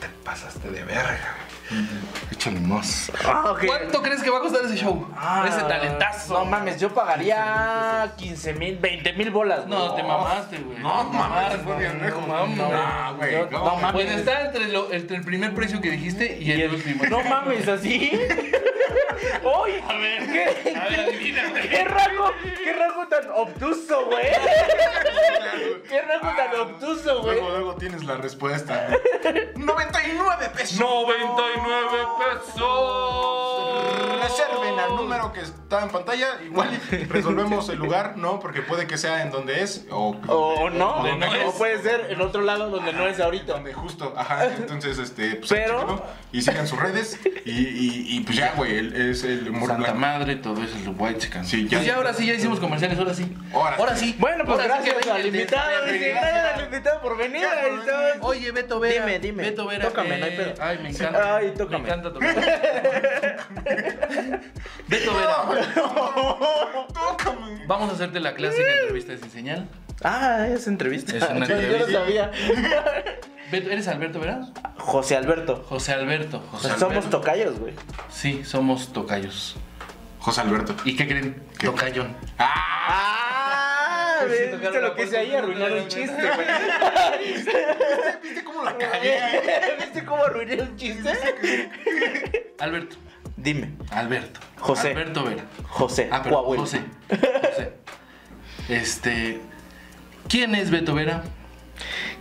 Te pasaste de verga. Échale más. Ah, ok. ¿Cuánto crees que va a costar ese show? Ah, ese talentazo. No mames, yo pagaría 15 mil, 20 mil bolas, güey. No, te mamaste, güey. No, Te mames, mamaste, fue bien lejos. mames. No, güey, Yo- no, no mames. Pues está entre, lo- entre el primer precio que dijiste y el, último. [LAUGHS] No [LAUGHS] mames, así. ¡Uy! A ver, ¿Qué? a ver, adivínate. ¿Qué rango? ¿Qué rango tan obtuso, güey? [LAUGHS] ¿Qué rango tan Ah, obtuso, güey? Luego, luego tienes la respuesta. 99 pesos. 99 pesos. Reserven al número que está en pantalla. Igual resolvemos el lugar, ¿no? Porque puede que sea en donde es o, O no, Donde no o es. puede ser en otro lado donde no es ahorita. donde Eh, justo. [LAUGHS] Ajá, entonces, este. Pues, Pero- chéquenlo Y sigan sus redes. Y, y, y, pues ya, güey, el- es el humor Santa blanco. madre, todo eso es lo guay, chican. Sí, ya. ya. Pues ya ahora sí, ya hicimos comerciales, ahora sí. Ahora sí. Bueno, pues Ahora sí que gracias venga al el de- invitado, de- dice, gracias al invitado por venir. Gracias por ahí está. venir. Oye, Beto Vera. Dime, dime. Beto Vera. eh, Tócame, no hay pedo. Ay, me encanta. Ay, tócame. Me encanta [LAUGHS] tocar. Beto Vera, Tócame. vamos a hacerte la clásica entrevista de sin señal. Ah, es entrevista. Es una [LAUGHS] Yo no entrevista. sabía. Beto, ¿Eres Alberto Vera? José Alberto. José Alberto. José Pues Somos Alberto. tocayos, güey. Sí, somos tocayos. José [LAUGHS] Alberto. ¿Y qué creen? Tocayón. ¡Ah! Ah, Pues sí, ¿ves? tocaron ¿Viste la lo que hice puerta. ahí? Arruinar un [LAUGHS] chiste, güey. ¿Viste cómo la cagué? [LAUGHS] ¿Viste cómo arruiné un chiste? Alberto. Dime, Alberto. José. Alberto Vera. José, Ah, pero Coahuila. José. José. Este. ¿Quién es Beto Vera?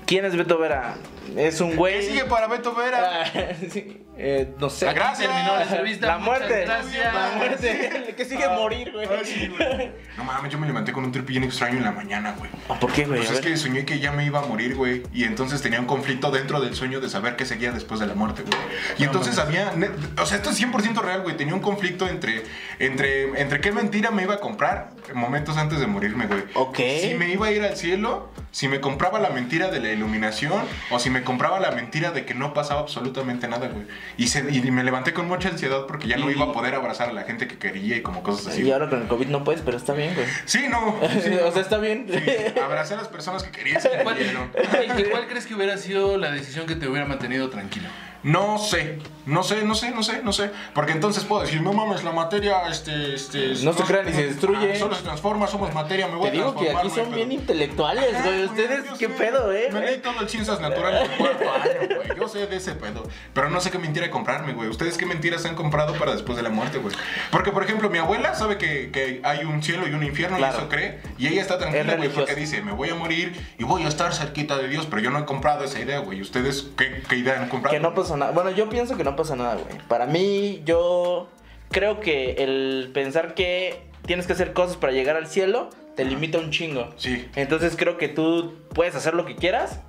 ¿Quién es Beto Vera? Es un güey. ¿Qué sigue para Beto Vera? Ah, [LAUGHS] sí, eh, no sé. La gracia. Terminó la entrevista. La muchas muerte. gracias. Ah, La muerte. [LAUGHS] Que sigue morir, güey. Ay, Ah, sí, güey. No mames, yo me levanté con un trip bien extraño en la mañana, güey. Ah, ¿Por qué, güey? Pues A es ver. que soñé que ya me iba a morir, güey. Y entonces tenía un conflicto dentro del sueño de saber qué seguía después de la muerte, güey. Y entonces había. ne- O sea, esto es 100% real, güey. Tenía un conflicto entre, entre, entre qué mentira me iba a comprar momentos antes de morirme, güey. Ok. Si me iba a ir al cielo, si me compraba la mentira de la iluminación, o si me compraba la mentira de que no pasaba absolutamente nada, güey. Y, se- y me levanté con mucha ansiedad porque ya no Y- iba a poder abrazar a la gente que quería y como cosas así. Y ahora con el COVID no puedes, pero está bien, güey. Sí, no. sí, [LAUGHS] o sea, está bien. sí. Abracé a las personas que quería. y se ¿Cuál, murieron. [LAUGHS] ¿Y cuál crees que hubiera sido la decisión que te hubiera mantenido tranquilo? No sé, no sé, no sé, no sé, no sé. Porque entonces puedo decir, no mames, la materia, este, este. No se crea ni se destruye. Ah, Solo se transforma, somos materia, me voy Te a digo que transformar. aquí no hay son pedo. bien intelectuales, Ay, güey. Ustedes, yo qué sé. pedo, eh. Me leí güey? todo el ciencias naturales en cuarto año, güey. Yo sé de ese pedo. Pero no sé qué mentira comprarme, güey. ¿Ustedes qué mentiras han comprado para después de la muerte, güey? Porque, por ejemplo, mi abuela sabe que, que hay un cielo y un infierno Claro. y eso cree. Y ella está tranquila, Es güey, porque religiosa. dice, me voy a morir y voy a estar cerquita de Dios. Pero yo no he comprado esa idea, güey. ¿Ustedes qué, qué idea han comprado? Que no pues, pasa nada. Bueno, yo pienso que no pasa nada, güey. Para mí, yo creo que el pensar que tienes que hacer cosas para llegar al cielo te limita un chingo. Sí. Entonces creo que tú puedes hacer lo que quieras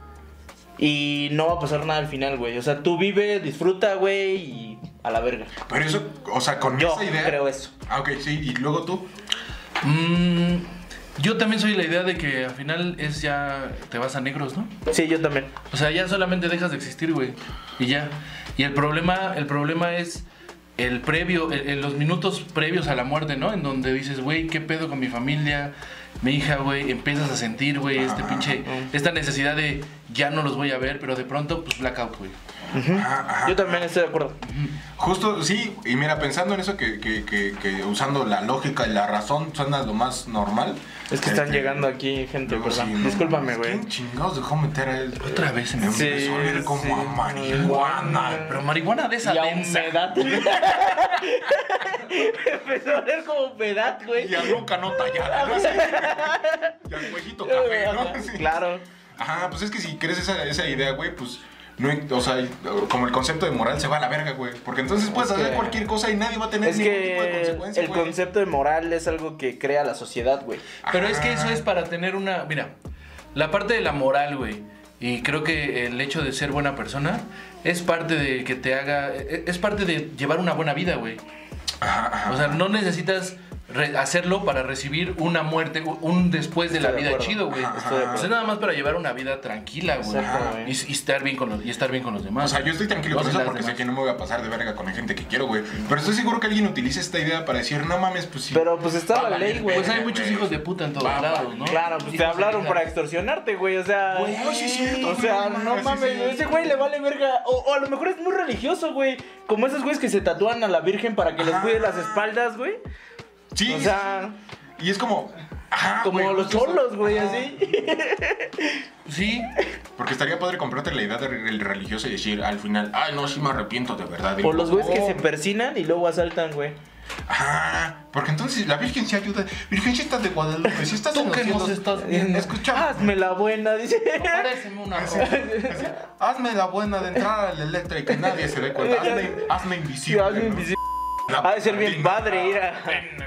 y no va a pasar nada al final, güey. O sea, tú vive, disfruta, güey, y a la verga. Pero eso, o sea, con Yo esa idea. creo eso. Ah, ok, sí, y luego tú. Mm, yo también soy la idea de que al final es ya te vas a negros, ¿no? Sí, yo también. O sea, ya solamente dejas de existir, güey. Y ya. Y el problema, el problema es el previo, el- el- los minutos previos a la muerte, ¿no? En donde dices, güey, ¿qué pedo con mi familia? Mi hija, güey, empiezas a sentir, güey, este pinche, esta necesidad de ya no los voy a ver, pero de pronto, pues blackout, güey. Ajá, Ah, ajá. Yo también estoy de acuerdo. Justo, sí, y mira, pensando en eso que, que, que, que usando la lógica y la razón suena lo más normal. Es que están Este, llegando aquí gente, luego perdón. sí, no, Discúlpame, es güey. ¿Quién chingados dejó meter a él? Otra vez me Me Sí, empezó a oler como sí. a marihuana. Pero marihuana de esa Y a densa. humedad. [LAUGHS] Empezó a oler como humedad, güey. Y a nuca no tallada, [LAUGHS] ¿no? Así. Y al cuellito café, ¿no? Sí. Claro. Ajá, pues es que si crees esa, esa idea, güey, pues no, hay- o sea, como el concepto de moral se va a la verga, güey, porque entonces puedes Es que- hacer cualquier cosa y nadie va a tener Es ningún tipo de que consecuencia, el güey. concepto de moral es algo que crea la sociedad, güey. Pero es que eso es para tener una. Mira, la parte de la moral, güey. Y creo que el hecho de ser buena persona es parte de que te haga. e- Es parte de llevar una buena vida, güey. O sea, no necesitas re- hacerlo para recibir una muerte, u- un después de la Estoy de vida acuerdo. chido, güey. Estoy de O sea, acuerdo. nada más para llevar una vida tranquila, güey. Exacto, güey. Y, y estar bien con los, y estar bien con los demás. O sea, yo estoy tranquilo No con sé eso las porque sé demás. que no me voy a pasar de verga con la gente que quiero, güey. Pero estoy seguro que alguien utiliza esta idea para decir, no mames, pues sí. Pero pues está Va a la ley, valer güey. Pues hay muchos hijos de puta en todos Va, lados, va. ¿no? Claro, pues te Hijos de hablaron puta. para extorsionarte, güey. O sea, Güey, sí es cierto, o güey, sea, no no mames, sí, mames, sí. güey. ese güey le vale verga. O, o a lo mejor es muy religioso, güey. Como esos güeyes que se tatúan a la Virgen para que les Ajá. cuide las espaldas, güey. Sí, O sea, y es como. Ajá, como güey, los justo eso. cholos, güey, Ajá. así. [LAUGHS] Sí. Porque estaría padre comprarte la idea del religioso y decir al final, ay, no, sí me arrepiento de verdad. O los güeyes Oh. que se persinan y luego asaltan, güey. Ajá, Ah, porque entonces la Virgen sí ayuda. Virgencita de Guadalupe, si estás Tú en que los nos cielos, eh, estás viendo. Escucha, Hazme la buena, dice. Paréceme una así, rosa. así, hazme la buena de entrar al Electra y que nadie se dé cuenta. Hazme, hazme invisible. Hazme ¿no? invisible. La Ha de ser bien patina. padre ir a,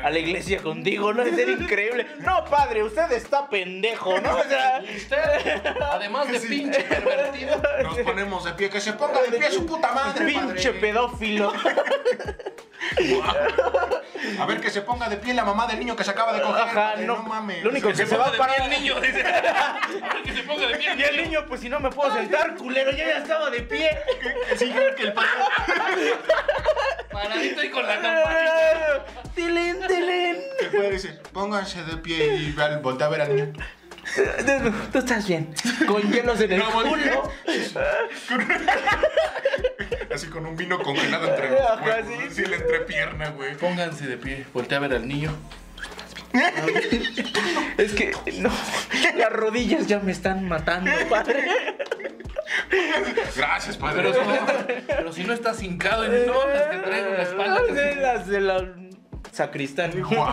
a la iglesia contigo, ¿no? Ha de ser increíble. No, padre, usted está pendejo, ¿no? O sea, Usted, además de pinche pervertido, Nos ponemos de pie, que se ponga de pie su puta madre. pinche padre. pedófilo. A ver que se ponga de pie la mamá del niño que se acaba de coger. Ajá, padre, no. mames. Lo único que se va a parar. niño, dice. [LAUGHS] A ver que se ponga de pie Y el niño, pues si no me puedo sentar, culero, yo ya estaba de pie. Sí, creo que el padre. Paradito y con la campanita. Tilín, tilín. El padre dice, pónganse de pie y ve al- voltea a ver al niño. Tú estás bien. Con hielos en el No, volteé. culo. [LAUGHS] Así con un vino congelado entre los Ajá, huevos. sí. Así la entrepierna, güey. Pónganse de pie. Voltea a ver al niño. Es que, no, las rodillas ya me están matando, padre. Gracias, padre. Pero Eh, si no, pero si no estás hincado, y no, es que traigo la espalda. No sé, las de la [LAUGHS] Sacristán. ¡Wow!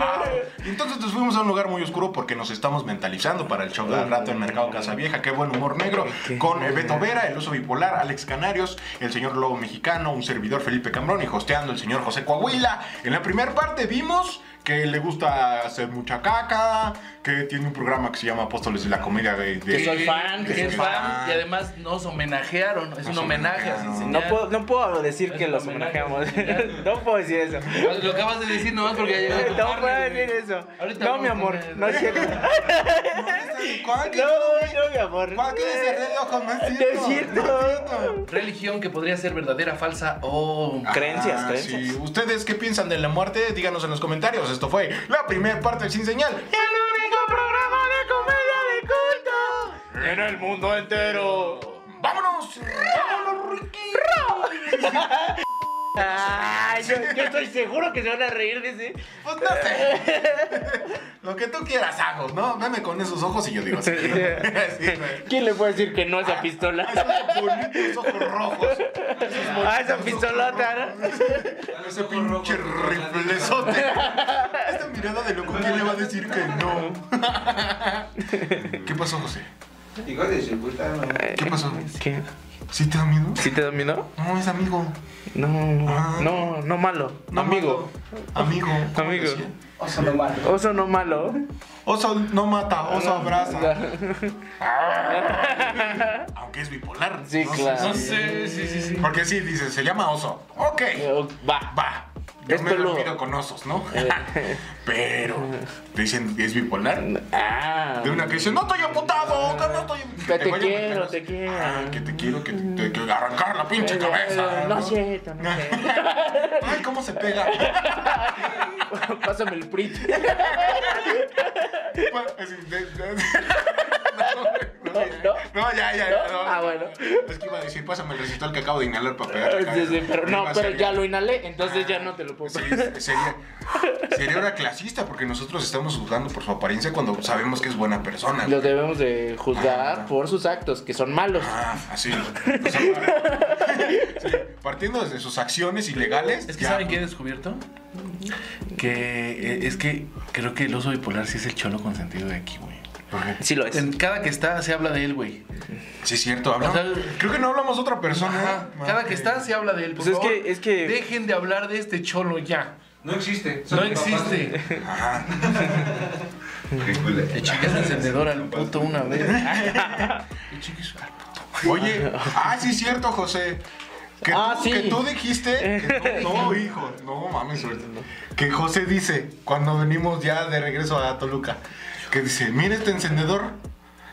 Entonces nos fuimos a un lugar muy oscuro porque nos estamos mentalizando para el show de al rato en Mercado Casavieja. ¡Qué buen humor negro! Con eh, Beto Vera, el oso bipolar, Alex Canarios, el señor Lobo Mexicano, un servidor Felipe Cambrón y hosteando el señor José Coahuila. En la primera parte vimos que le gusta hacer mucha caca, que tiene un programa que se llama Apóstoles de la Comedia de... de- Que soy fan, que Que soy es fan. Y además nos homenajearon. Es Nos un homenaje. homenajearon. sin señal. No puedo, no puedo decir Es que un los homenaje, homenajeamos. [LAUGHS] señal. no puedo decir eso. Lo acabas de decir nomás porque ya llegó. tu No tarde, puedo güey. decir eso. Ahorita No, vamos mi a amor, comer. no es cierto. ¿Cuál que- No, no, mi amor. cuál que es el reloj? No es No es cierto. Religión que podría ser verdadera, falsa oh, o. Creencias, Ah, creencias. sí. ¿Ustedes qué piensan de la muerte? Díganos en los comentarios. Esto fue la primera parte de Sin Señal. El único programa de comedia de culto en el mundo entero. ¡Vámonos! ¡Vámonos, Ricky! Ay, yo, yo estoy seguro que se van a reír de ese. Pues no sé. Lo que tú quieras, ajos, ¿no? Veme con esos ojos y yo digo [LAUGHS] así. [LAUGHS] Sí, güey. Ah, ¿Quién le puede decir que no a esa pistola? Esos bonitos ojos rojos. A esa pistolota, Ah, ¿no? Ese pinche riflezote. Esta mirada de loco, ¿quién le va a decir que no? ¿Qué pasó, José? Hijo de su puta madre. ¿Qué pasó? ¿Qué? ¿Sí te da miedo? ¿Sí te dominó? No, es amigo. No, no, no malo. Ah. No, malo. amigo. Amigo. ¿Cómo Amigo. decía? Oso no malo. Oso no malo. Oso no mata, oso abraza. Aunque es bipolar. Sí, No sé, claro. no No sé, sí, sí, sí. Porque sí, dice, se llama oso. Ok, Eh, Va. va. Yo Es Eh. me peludo. refiero con osos, ¿no? [LAUGHS] Pero, te dicen que es bipolar. Ah. De una que dice, no estoy amputado, que no estoy... Que te vaya a meter quiero, los- te quiero. Ah, que te quiero, que te quiero arrancar la pinche Ah, cabeza. No es cierto, no es cierto. [LAUGHS] Ay, cómo se pega. Pásame el print. Así, de- de- No, no, [LAUGHS] ¿No? ya, no, ya, ya, ya, no. Ah, bueno. Es que iba a decir, pásame el recital que acabo de inhalar para pegar. acá. Sí, sí, pero no, Iba a pero ser- ya lo inhalé, entonces ya no te lo puedo Sí, pasar. Ah. sería, sería ahora clasista porque nosotros estamos juzgando por su apariencia cuando sabemos que es buena persona. Los debemos de juzgar por sus actos, que son malos. Ah, así. O sea, sí, [LAUGHS] partiendo desde sus acciones ilegales. Ah, Es que ya, ¿saben qué he pues, descubierto? Que eh, es que creo que el oso bipolar sí es el cholo consentido de aquí, güey. Sí lo es. En cada que está se habla de él, güey. pues, Sí, es cierto. habla- O sea, creo que no hablamos de otra Ah, persona. Ajá. Cada que está se habla de él. por Pues es favor, que- es que- Dejen de hablar de este cholo ya. No existe. No existe. Ajá. Le chingué el encendedor al puto una vez. Oye, ah, sí, es cierto, José. Que, Ah, tú, sí. que tú dijiste que no, [LAUGHS] no, hijo, no mames, suerte. Que José dice, cuando venimos ya de regreso a Toluca, que dice, mira este encendedor,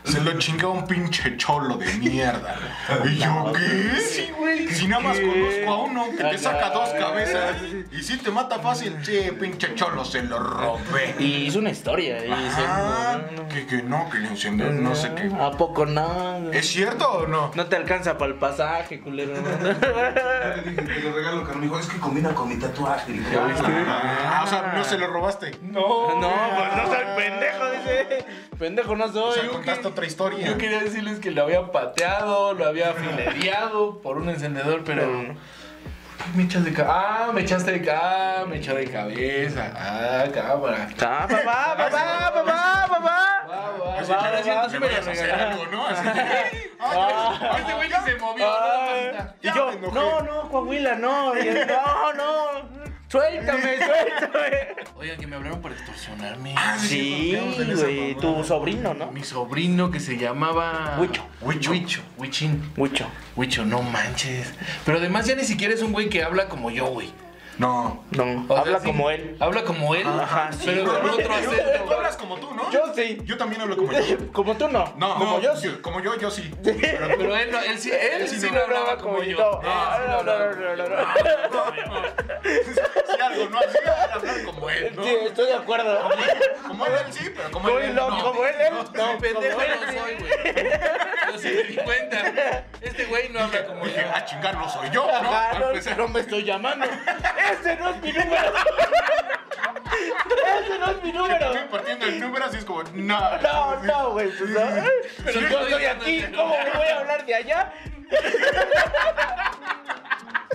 se lo chinga un pinche cholo de mierda. [LAUGHS] Y yo, ¿qué? Sí, güey. Si nada más conozco a uno que te saca dos cabezas y si te mata fácil, che, pinche cholo, se lo robé. Y hizo una historia. y dice, Ah, que, que no, que el encendedor, no sé qué. ¿A poco no? ¿Es cierto o no? No te alcanza para el pasaje, [LAUGHS] culero. Te dije, te lo regalo, carnal. Me dijo, es que combina con mi tatuaje. Y dije, Ah, o sea, no se lo robaste. No, pues no soy pendejo, dice. Pendejo no O soy. sea, contaste otra historia. [LAUGHS] Yo quería decirles que lo había pateado, lo había filereado por un encendedor, pero. Me echas de cabeza. Ah, me echaste de cabeza. Ah, me echó de cabeza. Ah, cámara. Ah, papá, papá, papá, papá. Ah, va, Así, va, claro, va, así, va, entonces me me lo vas a hacer regalaron. algo, ¿no? Así, ay, ay, Este güey que se movió. Ah, y Ya yo, me enojé. no, no, Coahuila, no. Y él, no, no. Suéltame, suéltame. Oigan, que me hablaron para extorsionarme. Ah, Sí, güey, tu sobrino, ¿no? Mi sobrino que se llamaba. Huicho. Huicho. Huicho. Huichín. Mucho. Huicho, no manches. Pero además ya ni siquiera es un güey que habla como yo, güey. No. No, O sea, habla sí, como él. Habla como él. Ajá, sí. Pero con otro acento. Tú hablas como tú, ¿no? Yo sí. Yo también hablo como yo. [LAUGHS] Como tú no. No, como no, yo sí. Como yo, yo sí. Pero tú- Pero él, no- él sí, él sí no, hablaba como yo. No, Él sí no no, hablaba no, como no, yo. no, no. si algo no hacía, era hablar como él, ¿no? Sí, estoy de acuerdo. Como él, él sí, pero como él, Soy él loco, no. como él, él. No, No, pendejo como él, no sí. soy, güey. Yo sí me di cuenta. Este güey no habla como Dije, yo. a chingar, no soy yo, ¿no? Ajá, Para no, empezar. no me estoy llamando. Ese no es mi número. Ese no es mi número. Estoy partiendo el número, así es como, no. No, no, güey. Pues no. Pero Sí, estoy yo estoy llamando. aquí. ¿Cómo me voy a hablar de allá?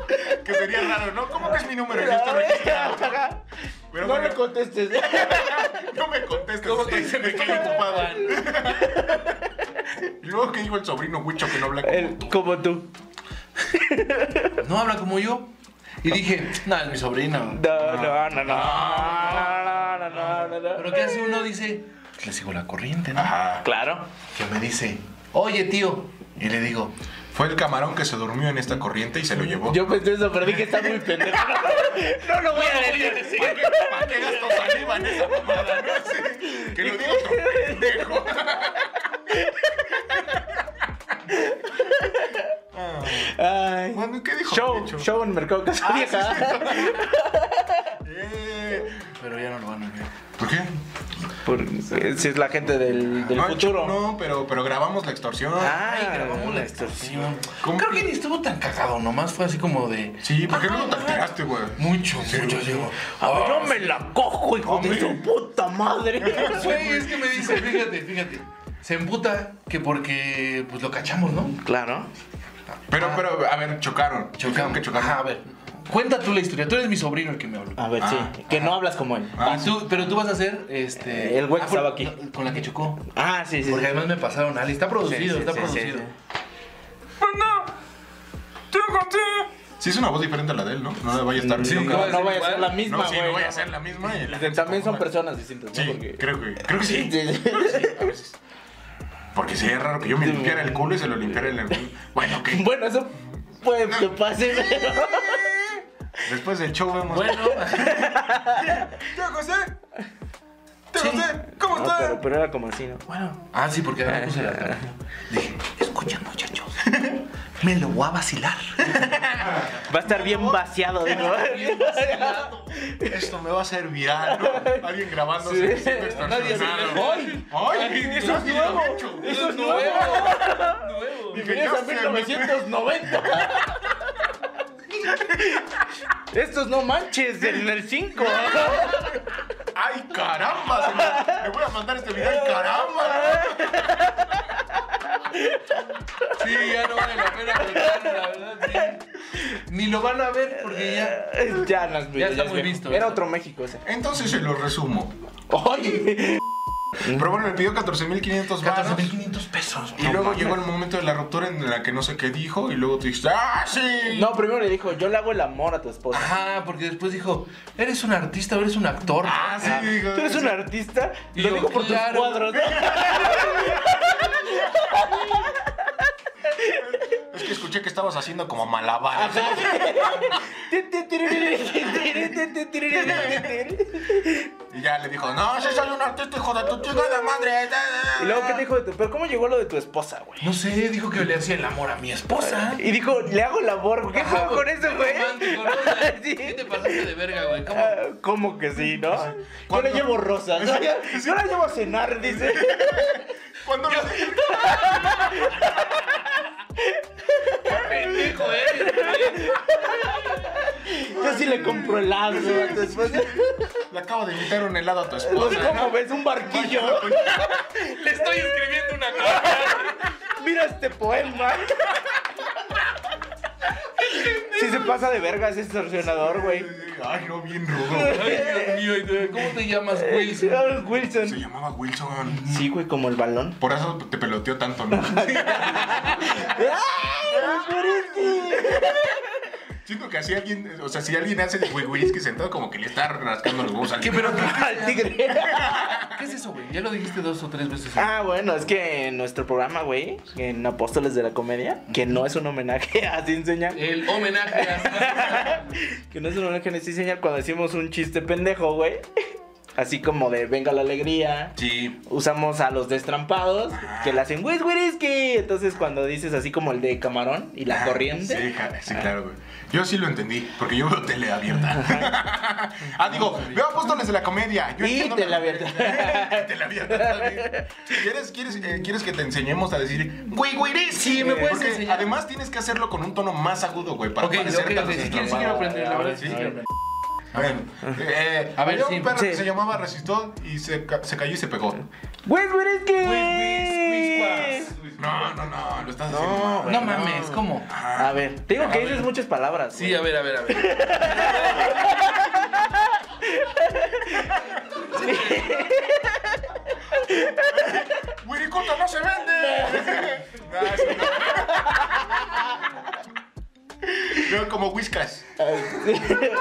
este Que sería raro, ¿no? ¿Cómo que es mi número? Yo estoy registrado. Pero no bueno, le contestes. [LAUGHS] no me contestes. ¿Cómo te dicen? Me quedé ocupado. Y [LAUGHS] luego que dijo el sobrino Huicho que no habla como El- tú. como tú. No habla como yo. Y dije, no, es mi sobrina. No, no, no, no. No, no, no, no, no. Pero ¿qué hace uno? Dice, "Pues le sigo la corriente, ¿no? Ajá. Claro. Que me dice, oye, tío. Y le digo, Fue el camarón que se durmió en esta corriente y se lo llevó. Yo pensé eso, pero dije está muy pendejo. No lo voy a decir. ¿Para qué, para qué gasto saliva en esa mamada? No sé. Que lo diga otro pendejo. Ay. Bueno, ¿qué dijo Show, Huicho? show en Mercado Casa Vieja. Eh, pero ya no lo van a ver. ¿Por qué? Porque si es la gente del, del No, futuro. Ah. No, pero, pero grabamos la extorsión. Ay, grabamos la extorsión. Creo que ni estuvo tan cagado, nomás fue así como de. Sí, ¿por qué no lo Ajá, tacteaste, güey? Mucho, mucho, digo. Ah, yo me la cojo, hijo de Hombre. su puta madre. [LAUGHS] Güey, es que me dice, fíjate, fíjate. Se emputa que porque pues lo cachamos, ¿no? Claro. Pero, pero, a ver, chocaron. Dijeron Chocamos. que chocaron. Ajá, a ver. Cuenta tú la historia. Tú eres mi sobrino el que me habló. A ver, sí. Que no hablas como él. Ah, Y sí. tú- pero tú vas a ser este. Eh, el güey que fue- estaba aquí. no, Con la que chocó. Ah, sí, sí. Porque sí. además me pasaron Ali. Está producido, Sí, sí, está sí, producido. sí, Sí, es una voz diferente a la de él, ¿no? No vaya a estar Sí, bien No, loca. no vaya a ser igual. la No, misma, sí, güey. no vaya no. a ser la misma. y la Que gente También se son confunde. personas distintas, ¿no? Sí, Porque- [LAUGHS] creo que, creo que sí. Sí, sí. A veces. Porque sería raro que yo me limpiara el culo y se lo limpiara el. Bueno, ok. Bueno, eso puede que pase, pero. Después del show vemos. Bueno, ¿Tío José? ¿Tío José? ¿Cómo No, pero, pero era como así, ¿no? bueno. Ah, sí, porque ahora puse la cara. Dije, escuchen, muchachos. Me lo voy a vacilar. Va a estar bien vaciado, digo. Esto me va a hacer viral, [LAUGHS] ¿no? Alguien grabándose. Sí. siendo Nadie se extorsionado. ¡Ay! ¡Ay! ¡Eso es nuevo! ¡Eso es nuevo! Bienvenidos a 1990. Estos no manches en el 5. ¡Ay, caramba! se me- Le voy a mandar este video. ¡Ay, caramba! Sí, ya no vale la pena contar, la verdad. sí. Ni lo van a ver porque ya. Ya no es video, Ya está es muy viejo. visto, Era eso. otro México ese. Entonces se lo resumo. Mm. ¡Ay! Pero bueno, me pidió 14.500 varos. 14.500 pesos. Y luego llegó el momento de la ruptura en la que no sé qué dijo. Y luego tú dijiste, ¡ah, sí! No, primero le dijo, yo le hago el amor a tu esposa. Ajá, porque después dijo, ¿eres un artista o eres un actor? ¡Ah, sí! dijo, Tú eres un artista. Y Lo yo, digo por claro. tus cuadros. Es que escuché que estabas haciendo como malabares. Y ya le dijo, no, si soy un artista, hijo de tu chingada madre. Y luego, ¿qué te dijo de tu.? Pero, ¿cómo llegó lo de tu esposa, güey? No sé, dijo que le hacía el amor a mi esposa. [LAUGHS] Y dijo, le hago el amor. ¿Qué Ajá, fue con eso, güey? romántico, ¿no? O sea, [LAUGHS] Sí. ¿Qué te pasaste de verga, güey? ¿Cómo? Ah, [LAUGHS] ¿Cómo que sí, no? Yo ¿Cuándo? le llevo [LAUGHS] rosas. ¿no? Yo la llevo a cenar, dice. Cuando le pendejo eres, güey? Yo sí le compro helado. Después, le acabo de invitar un helado a tu pues, esposa. ¿cómo ves? Un barquillo. Le estoy escribiendo una carta. Mira este poema. Si se pasa de verga ese extorsionador, güey. Ay, no, bien rudo. Ay, Dios mío, ay, Dios, ¿cómo te llamas, güey? Ah, Wilson. Se llamaba Wilson. Sí, güey, como el balón. Por eso te peloteó tanto, [LAUGHS] ¿no? Siento que así alguien, o sea, si alguien hace de wigwiriski sentado, como que le está rascando los huevos a ¿Qué, alguien. pero qué, Al tigre. qué es eso, güey? Ya lo dijiste dos o tres veces. Ah, bueno, es que en nuestro programa, güey, en Apóstoles de la Comedia, que no es un homenaje a Sin Señal, El homenaje a... que no es un homenaje a Sin Señal cuando decimos un chiste pendejo, güey. [LAUGHS] Así como de venga la alegría. Sí. Usamos a los destrampados que le hacen whis whiriski. Entonces, cuando dices así como el de camarón y la corriente. Sí, ja- Ah. sí, claro, güey. Yo sí lo entendí, porque yo veo tele abierta. [LAUGHS] ah, digo, veo apóstoles de la comedia. Yo Y entiendo- tele [LAUGHS] abierta. Y tele abierta también. ¿Quieres, quieres, eh, ¿Quieres que te enseñemos a decir güey, güey, eres? Sí, me puedes Porque enseñar. Además, tienes que hacerlo con un tono más agudo, güey, para Ok, ok, parecerte a ok, los si quieres, sí destrampados. quiero aprender, la verdad, Sí, sí quiero aprender. A ver, eh, A ver, había sí. un perro que Sí. se llamaba Resistó y se, ca- se cayó y se pegó. ¡Whis whiriski! No, no, no, lo estás haciendo mal. No mames, ¿cómo? A ver, te digo que dices muchas palabras. Sí, a ver, a ver, a ver. ¡Wirikuta no se [LAUGHS] vende! No, eso no. No, como whiskas.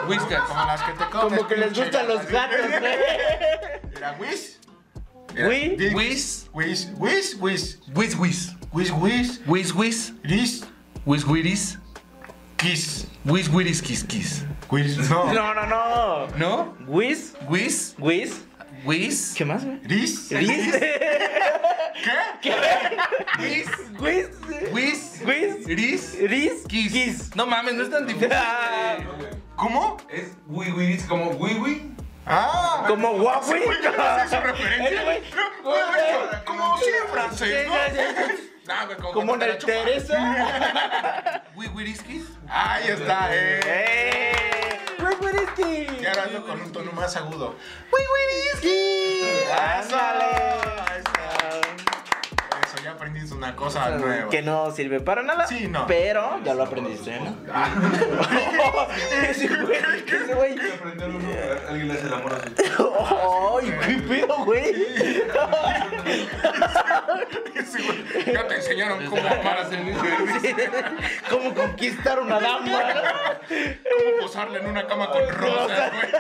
Whiskas. Como las que te comes. Como que les pinche gustan los así. gatos, [LAUGHS] güey. Era whis. Whis. di- Whis. Whis. Whis. Whis. Whis, whis. Whis. Whis. Whis, whis. Whis. Whis, whiris. Kiss. Whis, whiris, quis, quis. Whis. No. [LAUGHS] No, no, no. ¿No? Whis, Whis, whis. whis. ¿Qué más, güey? Riz. Whis. ¿Qué? Whis. [LAUGHS] Whis. Whis. Whis. Ris. Riz. Quis. Kiss. [LAUGHS] No mames, no es tan difícil. Ah, ¿Cómo? Es wiwi, es como wiwi. Ah. Como Sí, Huawei. güey, yo no sé su referencia. Ese güey. No, güey, güey, Como sí en francés, ¿no? Sí, sí, [LAUGHS] No, güey, como Como cuando una la chupa. Teresa. [LAUGHS] Whis, whiris, quis. Ahí está, eh. ¡Eh! Whis, whis, whis. Y ahora ando con un tono más agudo. Ándale. Eso, ya aprendiste una cosa nueva. Que no sirve para nada. Ah, Sí, no. Ah. Pero ya lo aprendiste, ¿no? [LAUGHS] Ese güey, ese güey. Aprender uno, alguien le hace el amor a su Ay, qué pedo, güey. [LAUGHS] Sí, güey, ya te enseñaron cómo amar a ser mujer, ¿Cómo conquistar una dama? cómo posarla en una cama con rosas, güey.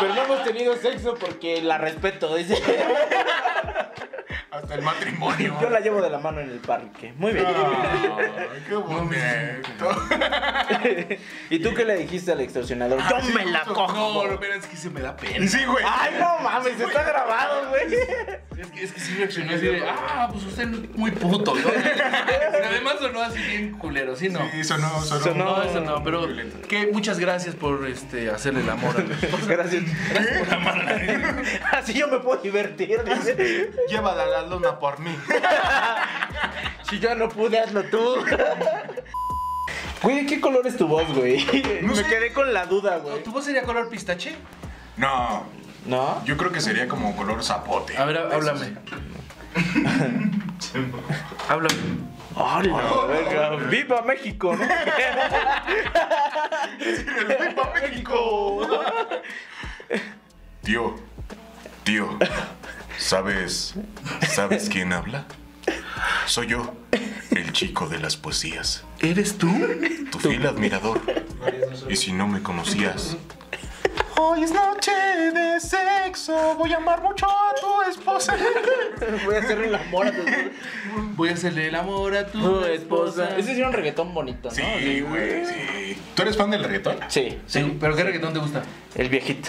Pero no hemos tenido sexo porque la respeto, dice. Hasta el matrimonio. Yo la llevo de la mano en el parque. Muy bien. Ay, qué bonito. [LAUGHS] ¿Y tú qué le dijiste al extorsionador? Yo me la No, cojo. no, mira, es que se me da pena. Y sí, güey. Ay, no mames, está grabado, güey. Es que, es que sí reaccionó así de, ah, pues usted es muy puto. ¿no? Pero además sonó así bien culero, ¿sí no? Sí, sonó, sonó. Sonó. No, eso no, pero que muchas gracias por este, hacerle el amor a los- [LAUGHS] Gracias. Así yo me puedo divertir, dice. Llévala a la luna por [LAUGHS] mí. Si yo no pude, hazlo tú. Güey, ¿qué color es tu voz, güey? No Me sé. quedé con la duda, güey. [LAUGHS] ¿Tu voz sería color pistache? No, ¿No? yo creo que sería como color zapote. A ver, [LAUGHS] háblame. háblame. ¡Hola, verga! ¡Viva México, ¿no? ¡Viva México! [LAUGHS] Tío, tío, ¿sabes, ¿sabes quién habla? Soy yo, el chico de las poesías, ¿Eres tú? tu fiel admirador. Y si no me conocías... Hoy es noche de sexo, voy a amar mucho a tu esposa. Voy a hacerle el amor a tu Voy a hacerle el amor a tu tu esposa. esposa. Ese sí era un reggaetón bonito, ¿no? Sí, güey, sí. ¿Tú eres fan del reggaetón? Sí, Sí, pero ¿qué reggaetón te gusta? el viejito.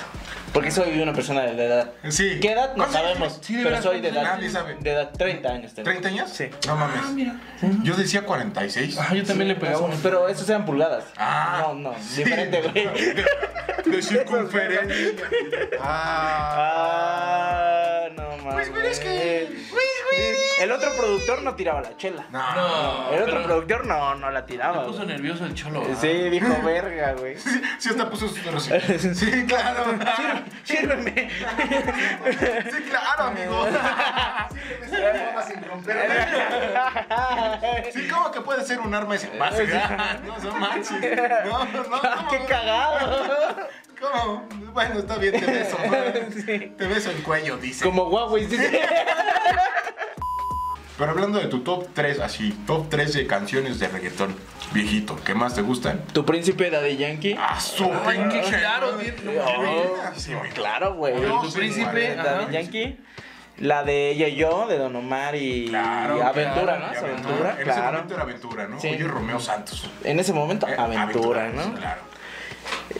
Porque soy una persona de la edad. Sí. ¿Qué edad? No ¿Cuántos años sabemos. Sí, de pero veras, soy de edad. nadie sabe. De edad 30 años tengo. ¿30 años? Sí. No mames. Yo decía 46. Ah, yo también le Pero, pegaba uno. pero esos eran pulgadas. Ah. No, no, diferente, güey. [LAUGHS] De circunferencia. Ah. Ah, no mames. Pues, pero es que- El otro productor no tiraba la chela. Ah. No. No, el otro pero productor no, no la tiraba. Ah, me puso güey. nervioso el cholo. ¿ah? Sí, dijo verga, [LAUGHS] güey. Sí, sí, hasta puso sus [LAUGHS] sí. Sí, claro. Sírveme. Sí, claro, amigo. Sí, ¿cómo que puede ser un arma ese pase? No, no manches. No, no, no. [LAUGHS] Ah, [LAUGHS] ¡Qué cagado! ¿Cómo? Bueno, está bien, te beso. ¿no? Sí. Te beso el cuello, dice. Como Huawei, sí. Pero hablando de tu top 3, así, top 3 de canciones de reggaetón viejito, ¿qué más te gustan? ¿Tu príncipe Daddy Yankee? ¡Ah, su pinche claro, madre! bien, no mames. Sí, güey, claro. Claro, güey. No, Tu sí, príncipe, vale. Daddy ajá. Yankee. La de ella y yo, de Don Omar y, Claro, y Aventura, claro, ¿no? Y Es Aventura. Aventura, En ese claro. momento era Aventura, ¿no? Sí. Oye, Romeo Santos. En ese momento, Eh, Aventura, ¿no? Claro.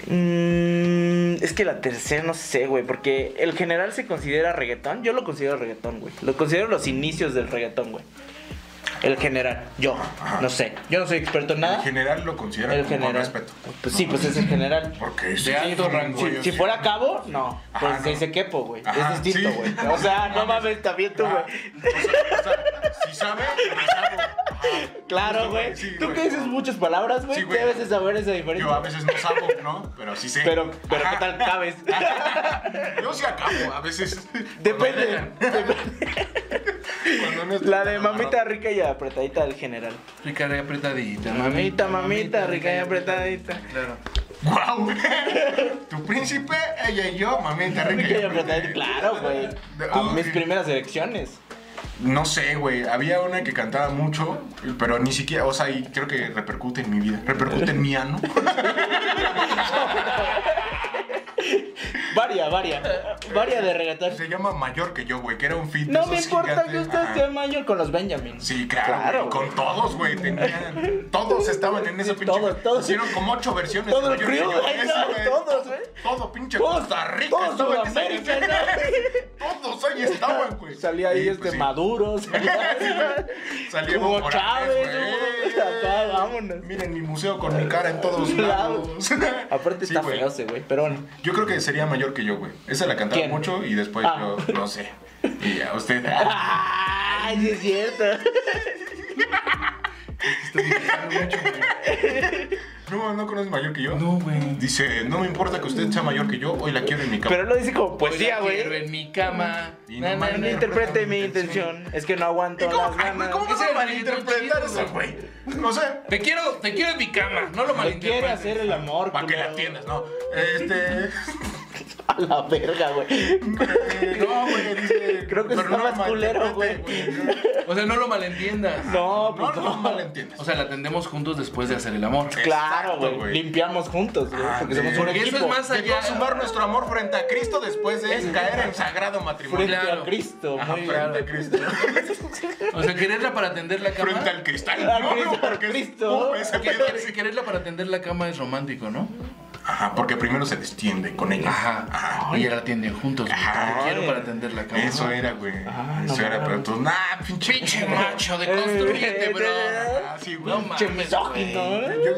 Mm, es que la tercera no sé, güey, porque el general se considera reggaetón. Yo lo considero reggaetón, güey. Lo considero los inicios del reggaetón, güey. El general, yo, no sé. Yo no soy experto en En nada. general lo considera El con general. respeto. Pues sí, pues es el general. Porque De alto rango. Si, si fuera cabo, no. Pues Ajá, se no. dice quepo, güey. Ajá, Es distinto, sí. güey. [LAUGHS] O sea, no mames, también tú, Ah, güey. o sea, o sea, si sabe, me sabo. Ajá. Claro, Justo, güey. sí, Tú güey. que dices muchas palabras, güey. Sí, güey. Debes de saber esa diferencia. Yo a veces no sabo, ¿no? Pero sí sé. Pero, pero ¿qué [LAUGHS] Ajá. tal cabes? [LAUGHS] Yo sí acabo, a veces. [LAUGHS] [LAUGHS] Depende. Cuando no estoy- La de mamita rica y apretadita del general. Rica y apretadita. Mamita, mamita, rica y apretadita. Claro. ¡Guau! [LAUGHS] tu príncipe, ella y yo, mamita rica. y Claro, Claro, [LAUGHS] güey. Ah, Mis sí. primeras elecciones. No sé, güey. Había una que cantaba mucho, pero ni siquiera, o sea, y creo que repercute en mi vida. Repercute en mi [LAUGHS] ano. Varia, varia. Varia de reggaetón. Se llama Mayor que yo, güey, que era un fit. de No esos me importa gigantes. que usted Ajá. sea mayor con los Benjamins. Sí, claro, güey, güey. con todos, güey, tenían, todos estaban en ese pinche, Todos, todos. hicieron como ocho versiones. Todo de el Mayor que crew, yo. ahí Ese, estaba, güey, todos, güey. Todo pinche Todos- Costa Rica todos estaba en esa Sudamérica, canción. [LAUGHS] Todos ahí estaban, güey. Salía ahí Sí, este pues sí. Maduro, salía, [LAUGHS] Salía Hugo Evo Morales, Chávez, güey. Hugo- [LAUGHS] acá, vámonos. Miren mi museo con mi cara en [LAUGHS] todos Claro. lados. Aparte Sí, está güey. feo ese, güey, pero bueno. Yo creo que sería mayor que yo, güey. Esa la cantaba ¿Quién? mucho y después Ah. yo, no sé. Y a [LAUGHS] usted. ¡Ay, sí es cierto! No, no conoces mayor que yo. No, güey. Dice, no me importa que usted sea mayor que yo, hoy la quiero en mi cama. Pero él lo dice como Poesía, poesía, güey. en mi cama. Y No, no, no interprete mi intención. Es que no aguanto ¿Cómo, las ay, güey, ganas. ¿cómo vas Ese a era malinterpretar el eso, chido, güey? No sé. Te quiero, te quiero en mi cama. No lo Me quiere malinterpretes. hacer el amor, Para que la culero. atiendas, ¿no? [LAUGHS] Este. A la verga, güey. No, güey, [LAUGHS] dice. Creo que pero está no más culero, güey. malinterprete, O sea, no lo malentiendas. No, No pues lo no. malentiendes. O sea, la atendemos juntos después de hacer el amor. Claro, Exacto, güey. güey. Limpiamos juntos, güey. Ah, Porque sí. somos un Porque eso equipo. es más de allá. consumar nuestro amor frente a Cristo después de caer en sagrado matrimonio. Frente Claro. a Cristo, Ajá, muy frente a claro. [LAUGHS] Cristo. O sea, quererla para atender la cama. Frente al cristal. Al No, cristal, porque es- Cristo. uh, ese Que- [LAUGHS] pedo que- así. Quererla para atender la cama es romántico, ¿no? Ajá, porque primero se destiende con ella. Ajá. Oye, la atienden juntos. güey. Ajá. Te quiero para atender la cama. Eso era, güey. Ah, Eso no era, pero mames. tú, nah, pinche, [LAUGHS] Pinche macho de Eh, construyente, bro. eh, Ah, sí, güey. No Che, mames. misógino, güey. ¿eh?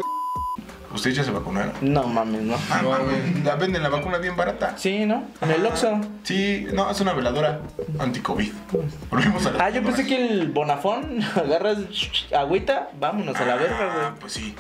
¿Ustedes ya se vacunaron? No mames, no. Ah, mames, la venden la vacuna bien barata. Sí, ¿no? En el Oxxo. Sí, no, es una veladora anti-COVID. Volvemos a la Ah, yo pensé que el Bonafón [LAUGHS] agarras agüita, vámonos a la Ah, verga, pues sí.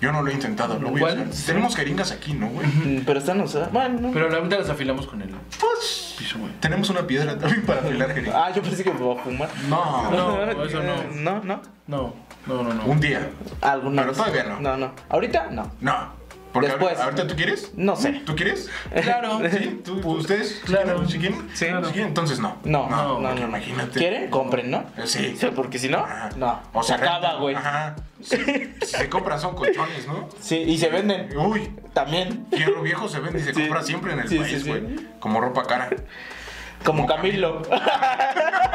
Yo no lo he intentado, lo voy ¿Cuál? a hacer. Tenemos jeringas aquí, ¿no, güey? güey. Mm, Pero están usadas. Bueno, no. Pero la mitad las afilamos con el Pues, piso, güey. tenemos una piedra también para afilar jeringas. Ah, yo pensé que me iba a fumar. No, [LAUGHS] No, eso no. No, no. No, no, no, no. un día. Alguna Pero vez. todavía no. No, no. ¿Ahorita? No. No. Porque Después. ahor- ¿Ahorita tú quieres? No sé. ¿Tú quieres? Claro. ¿Sí? ¿Tú, ¿Ustedes? Claro. ¿Si quieren? Sí. ¿Si quieren? Entonces no. [LAUGHS] No, no, no. porque no. Imagínate. ¿Quieren? Compren, ¿no? Eh, Sí. Sí, porque si no, Ajá. no. O sea, se acaba, rentan. güey. Ajá. Si, si se compran son colchones, ¿no? Sí, y se venden. Uy, También. hierro viejo se vende y se Sí. compra siempre en el Sí, sí, país, sí. güey. Como ropa cara. Como Camilo. No [LAUGHS]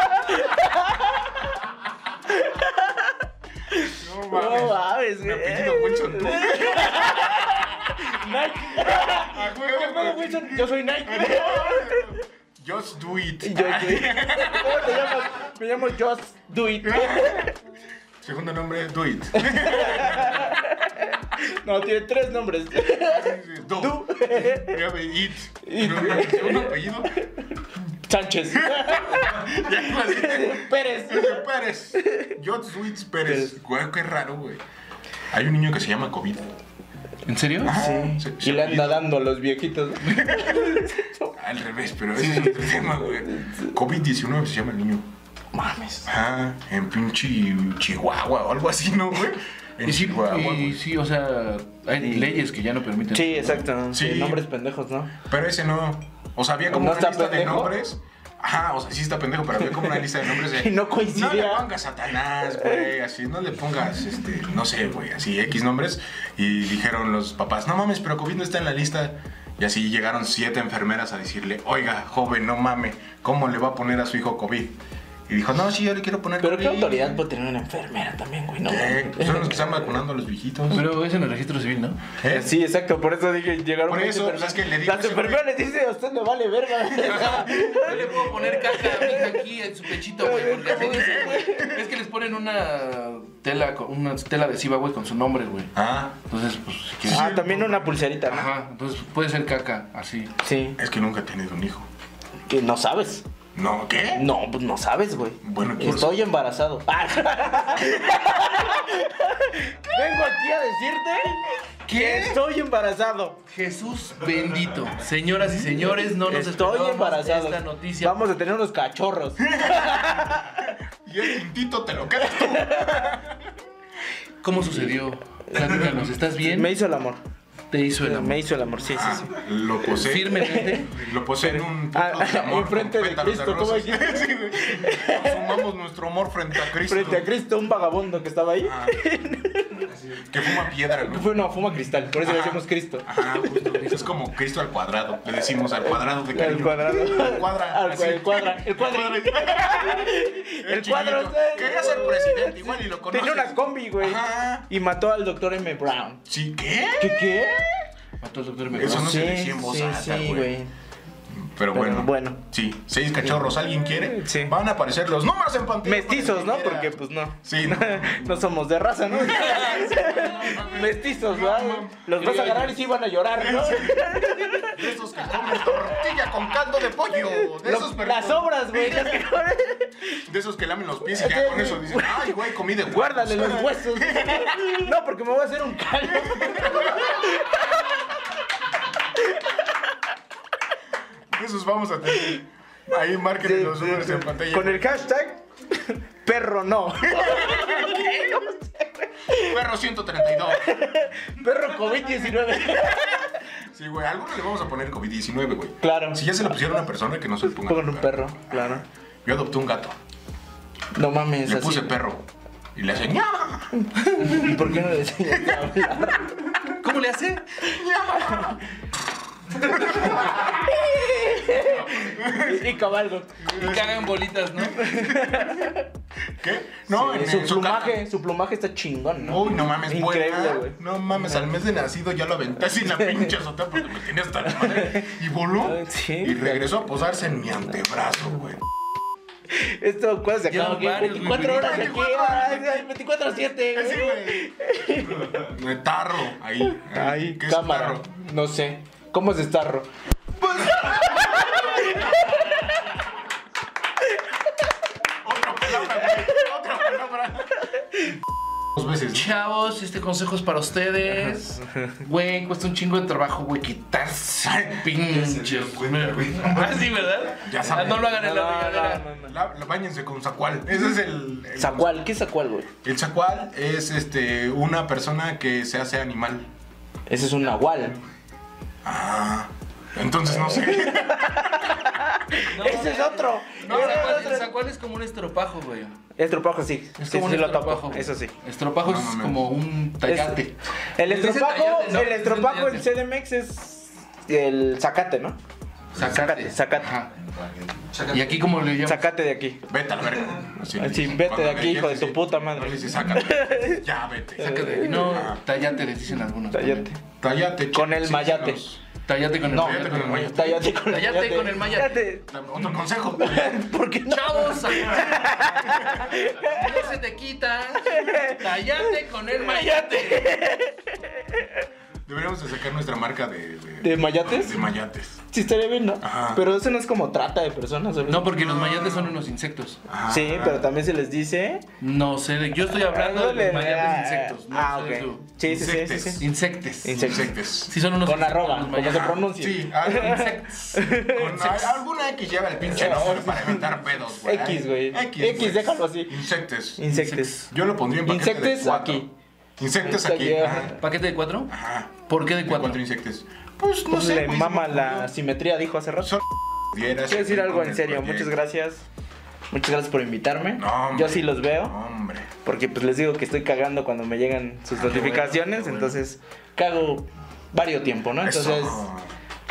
No mames, Mi güey. apellido Wilson. [LAUGHS] tú. Nike. Ah, güey, ¿Qué pedo, Wilson? Yo [LAUGHS] soy Nike. [LAUGHS] Just do it. Yo, yo- ¿Cómo te llamas? Me llamo Just Do It. Segundo nombre, do [LAUGHS] it. No, tiene tres nombres. Do. Tú. Primero, It. It. Segundo apellido. [LAUGHS] Sánchez. Ya, güey. Pérez. Ese Pérez. John Sweets Pérez. Güey, qué raro, güey. Hay un niño que se llama COVID. Ah, ¿En serio? Sí. Y le anda dando a los viejitos. Al revés, pero ese es otro tema, güey. COVID-19 se llama el niño. Mames. Ah, en pinche Chihuahua o algo así, ¿no, güey? En Y sí, Chihuahua, y güey. sí, o sea, hay leyes que ya no permiten. Sí, exacto. Sí. Sí, nombres pendejos, ¿no? Pero ese no. O sea, había como ¿No una está lista de pendejo? nombres. Ajá, o sea, sí está pendejo, pero había como una lista de nombres de. [LAUGHS] Y no coincidía. No le pongas Satanás, güey, así. No le pongas, este, no sé, güey, así, X nombres. Y dijeron los papás, no mames, pero COVID no está en la lista. Y así llegaron siete enfermeras a decirle, oiga, joven, no mame, ¿cómo le va a poner a su hijo COVID? Y dijo, no, sí, yo le quiero poner Pero COVID. qué autoridad puede tener una enfermera también, güey, ¿no? Eh, Son los que están vacunando a los viejitos. Pero es en el registro civil, ¿no? ¿Eh? Sí, exacto, por eso dije, llegaron Por muchas eso, pues, personas. es que le digo Las ese güey. enfermeras les dicen, a usted no vale [LAUGHS] verga. Yo le puedo poner caca a mi hija aquí en su pechito, güey. porque así dicen, güey. Es que les ponen una tela, con- una tela adhesiva, güey, con su nombre, güey. Ah, Entonces, pues, si quieres. ah, también una pulserita, ¿no? Ajá, entonces puede ser caca, así. Sí, es que nunca he tenido un hijo. que no sabes. No, ¿qué? No, pues no sabes, güey. Bueno, pues- Estoy embarazado. [LAUGHS] Ah. Vengo aquí a decirte que estoy embarazado. Jesús bendito. Señoras y señores, no nos estoy esperábamos embarazado. esta noticia. Vamos a tener unos cachorros. Y el tintito te lo quedas tú. ¿Cómo sucedió? Platícanos, ¿estás bien? Me hizo el amor. Te hizo el amor. Me hizo el amor, sí, sí, Ah, sí. lo posee. Firmemente. Lo posee en un punto Ah, de amor. [LAUGHS] enfrente de con pétalos Cristo, ¿cómo rosas. [LAUGHS] Sí, güey. Consumamos nuestro amor frente a Cristo. Frente a Cristo, un vagabundo que estaba ahí. Ah. que fuma piedra, ¿no? Fue, no, fuma cristal, por eso le Ajá. decimos Cristo. Ajá, justo. Es como Cristo al cuadrado. Le decimos al cuadrado de cariño. Al cuadrado. [LAUGHS] Al cuadra. Al así. cua- el cuadra. El cuadra. El El cuadro, chiquito. sí. Quería ser presidente, igual y lo conoces. Tenía una combi, güey. Ajá. Y mató al doctor M. Brown. ¿Sí qué? ¿Qué qué? Mató al doctor Eso Mejor. no Sí, se decía en voz sí, alta, sí, güey. güey. Pero bueno. bueno. Sí, seis cachorros, ¿alguien quiere? Sí. Van a aparecer los números en pantalla. Mestizos, ¿no? Para que Porque quiera. pues no. [LAUGHS] Sí, no. No somos de raza, [LAUGHS] ¿no? [LAUGHS] Mestizos, ¿verdad? Los vas a agarrar y sí van a llorar, [LAUGHS] ¿no? De esos que comen tortilla con caldo de pollo. De Lo- esos perritos. las obras, güey. las que- [LAUGHS] De esos que lamen los pies y ya con eso dicen, ay, güey, comí de huevos". Guárdale [LAUGHS] los huesos. No, porque me voy a hacer un caldo. De esos vamos a tener. Ahí marquen los números en pantalla. Con el hashtag perro no. [LAUGHS] perro 132. [LAUGHS] Perro COVID-19. Sí, güey, a alguno le vamos a poner COVID-19, güey. Claro. Si ya se lo pusieron a una persona que no se lo ponga. Pongan un perro, claro. Yo adopté un gato. No mames, Le así. puse perro. Y le hacía ña. ¿Y por qué no le enseñas a hablar? ¿Cómo le hace? Y cabalgo. Y cagan bolitas, ¿no? ¿Qué? No, en, su en plumaje, caca. su plumaje está chingón, ¿no? Uy, no mames, Increíble, buena. güey. No mames, al mes de nacido ya lo aventé sin [LAUGHS] la pinche azotea porque me tenía hasta la madre. Y voló. Ay, sí. Y regresó a posarse en mi antebrazo, güey. Esto, ¿cuándo se Llevan acaba? ¿Qué? varios, 24 güey. horas aquí. 24 horas ay, ay, 24 a 7. Sí, güey. Me tarro. Ahí. Ay, ¿Qué es cámara. tarro? No sé. ¿Cómo es estarro? Otra palabra, güey. Otra palabra. Dos veces. ¿no? Chavos, este consejo es para ustedes. Güey, cuesta un chingo de trabajo, güey, quitarse pinches. Así, Ah, ¿verdad? Ah, Ya saben. No lo hagan en la regadera. [LAUGHS] La, la- báñense con sacual. Ese es el. el ¿Sacual? ¿Qué es sacual, güey? El sacual es este una persona que se hace animal. Ese es un nahual. Ah, Entonces no sé. ese es otro. No, Ese es sacual- el otro. sacual es como un estropajo, güey. Estropajo, sí. Es sí, como sí, un lo estropajo. topo. Eso sí. Estropajo No, es mames. como un Es- tallate. El Les dicen estropajo, tallate, ¿no? Les el dicen estropajo en tallate. CDMX es el zacate, ¿no? Sacate. Zacate. Ajá. Y aquí, como le llaman? Zacate de aquí. Vete al verga. Así le Así, dicen. vete Cuando de le aquí, hijo de llegues, tu sí. puta madre. No le dices, sácate. [LAUGHS] Ya vete. Sácate. No, tallate les dicen algunos. Tallate. Tallate. Con el sí, mayate. los- Tallate con el No, mayate. con el mayate. Tallate con el Tallate con el mayate. Dame Otro [LAUGHS] consejo. ¿Por qué no? Chavos, no se te quita. Tallate con el mayate. Deberíamos de sacar nuestra marca de. ¿De mayates? De mayates. [LAUGHS] Sí, estaría bien, ¿no? Ajá. Pero eso no es como trata de personas, ¿sabes? Ah. No, porque los mayates son unos insectos. Ajá. Sí, pero también se les dice. No sé, yo estoy hablando de los Ándale, ah, mayates insectos. No ah, sé ok. tú. Sí, sí, sí, sí, sí. Insectes. Insectos. Insectes. Sí, son unos Con insectos arroba, los como se mayates. pronuncia. Sí, algo- [LAUGHS] Insects. Con a- alguna X lleva el pinche nombre para evitar pedos, güey. X, güey. X, X, güey. déjalo así. Insectes. Insectes. Yo lo pondría en paquete Insectes de cuatro. aquí. Insectes Insectes aquí. aquí. Ajá. ¿Paquete de cuatro? Ajá. ¿Por qué de De cuatro? cuatro insectes. Pues no Pues sé. le güey, mama se me ocurrió. la simetría, dijo hace rato. Son- Vieras Quiero decir que algo en con serio. el Muchas proyecto. gracias. Muchas gracias por invitarme. No, hombre. Yo sí los veo. Hombre. Porque pues les digo que estoy cagando cuando me llegan sus Ah, notificaciones. bueno, qué bueno. Entonces cago varios tiempo, ¿no? Ah, Entonces, Eso.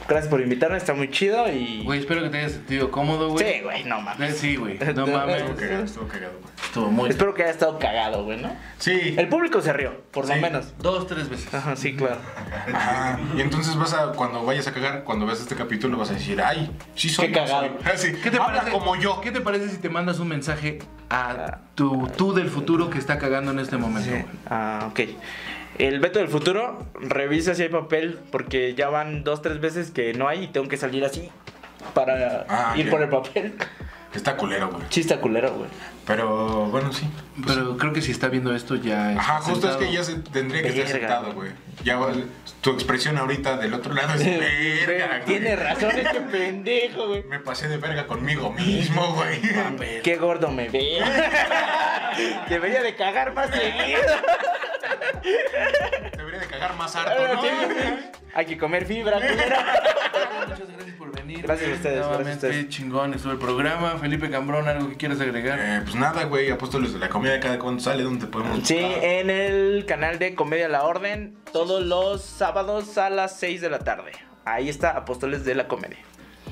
gracias por invitarme. Está muy chido y... Güey, espero que te hayas sentido cómodo, güey. sí, güey, no mames. Eh, Sí, [LAUGHS] güey. No Eh, mames. Estuvo cagado, estuvo cagado, güey. Estuvo muy. Espero que haya estado cagado, güey, ¿no? Sí. El público se rió, por lo Sí. menos. Dos, tres veces. Ajá, sí, [LAUGHS] claro. Ajá. ah, Y entonces vas a, cuando vayas a cagar, cuando veas este capítulo, vas a decir, ay, sí soy. Qué no cagado. soy". [LAUGHS] Así, ¿Qué te habla parece? como yo. ¿Qué te parece si te mandas un mensaje a tu tú del futuro que está cagando en este momento? güey? Ah, ok. El veto del futuro, revisa si hay papel, porque ya van dos, tres veces que no hay y tengo que salir así para Ah, ir ya. por el papel. Está culero, güey. Chista culero, güey. Pero bueno, sí. Pero creo que si está viendo esto ya. Ajá, justo es sentado. que ya se, tendría que estar Verga. sentado, güey. Ya va- tu expresión ahorita del otro lado [LAUGHS] es verga, güey. Tiene razón este pendejo, güey. Me pasé de verga conmigo mismo, güey. [LAUGHS] Qué gordo me ve. [LAUGHS] Debería de cagar más seguido. Debería de cagar más harto, ¿no? [LAUGHS] Sí, Hay que comer fibra, culera. Muchas gracias por venir. Gracias a ustedes, gracias a Nuevamente, ustedes. chingón estuvo el programa. Felipe Cambrón, ¿algo que quieras agregar? Eh, pues nada, güey, apóstoles de la comida, cada cuánto sale, donde podemos. Sí, buscar? en el canal de Comedia La Orden, todos los sábados a las 6 de la tarde. Ahí está Apóstoles de la Comedia.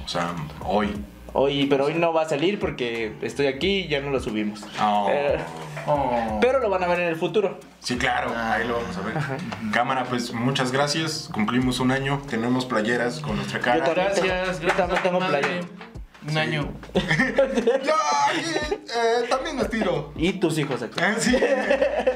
O sea, hoy. Hoy, pero hoy no va a salir porque estoy aquí y ya no lo subimos. Oh. Eh, Oh. pero lo van a ver en el futuro. Sí, claro, ahí lo vamos a ver. Cámara, pues muchas gracias. Cumplimos un año, tenemos playeras con nuestra cara. Yo también. Gracias, Yo gracias. también a tu tengo madre. playa. Un año. Yo, eh, eh, también me tiro. Y tus hijos aquí. Eh, [LAUGHS] Sí,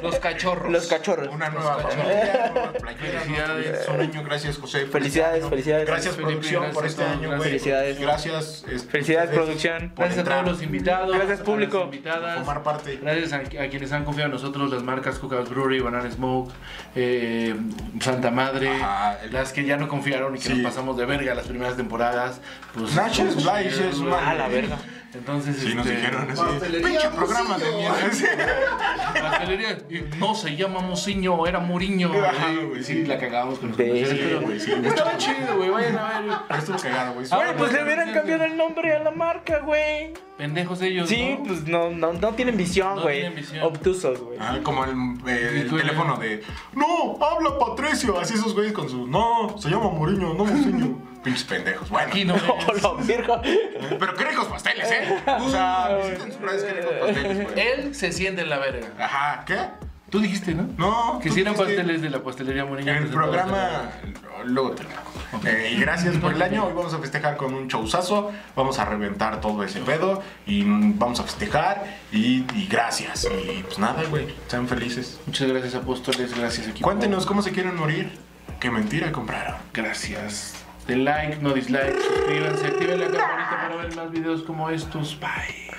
Los cachorros. Los cachorros. una nueva familia, nuevas playeras. Felicidades. Un año, gracias, José. por este Felicidades, año. felicidades. Gracias, Felipe, producción, por gracias este a todos, año, güey. felicidades. Gracias. este, Felicidades, ustedes producción. por Gracias a entrar, todos los invitados. Gracias, a las público. por invitadas. Formar parte. Gracias a, a quienes han confiado en nosotros, las marcas Cookhouse Brewery, Banana Smoke, eh, Santa Madre, Ajá, el- las que ya no confiaron y que Sí. nos pasamos de verga las primeras temporadas. Pues, Nachos pues, Blaise es güey. una- Ah, A la verga. Entonces, Sí, nos este, dijeron así. Pastelería Pinche programa de Hermosillo". mierda. pues, Sí. pastelería, y No se llama Mociño, era Muriño. Ajá, güey. güey, sí, sí. la cagábamos con los Sí, comerciales, pero güey, sí. Estaba chido, güey. Vayan a ver. Estuvo cagado, güey. Ah, Güey, pues le hubieran cambiado el nombre a la marca, güey. Pendejos ellos. Sí, ¿no? pues no, no, no tienen visión, No güey. tienen visión. Obtusos, güey. [LAUGHS] Ah, como el, eh, el tú eres- teléfono de No, habla Patricio. Así esos güeyes con su No, se llama Mourinho, no Mourinho. [LAUGHS] Pinches pendejos. Bueno, Aquí [LAUGHS] no. es. Hola, Virgo. pero qué ricos pasteles, ¿eh? O sea, visiten sus redes, qué ricos pasteles, güey. Él se siente en la verga. Ajá, ¿qué? Tú dijiste, ¿no? No. Que tú pues, si eran dijiste- pasteles de la pastelería Muriño. En el pues, programa, luego te lo hago. Eh, y gracias por el año. Hoy vamos a festejar con un showzazo. Vamos a reventar todo ese pedo. Y mm, vamos a festejar. Y, y gracias. Y pues nada, güey. Sean felices. Muchas gracias, apóstoles. Gracias, equipo. Cuéntenos cómo se quieren morir. Qué mentira compraron. Gracias. De like, no dislike. Suscríbanse. Activen la campanita para ver más videos como estos. Bye.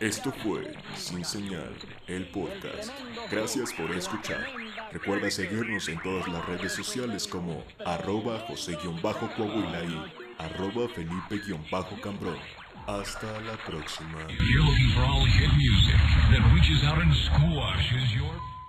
Esto fue Sin Señal, el podcast. Gracias por escuchar. Recuerda seguirnos en todas las redes sociales como arroba José-Coahuila y arroba Felipe-Cambrón. Hasta la próxima. If you're looking for all hit music that reaches out and squashes your...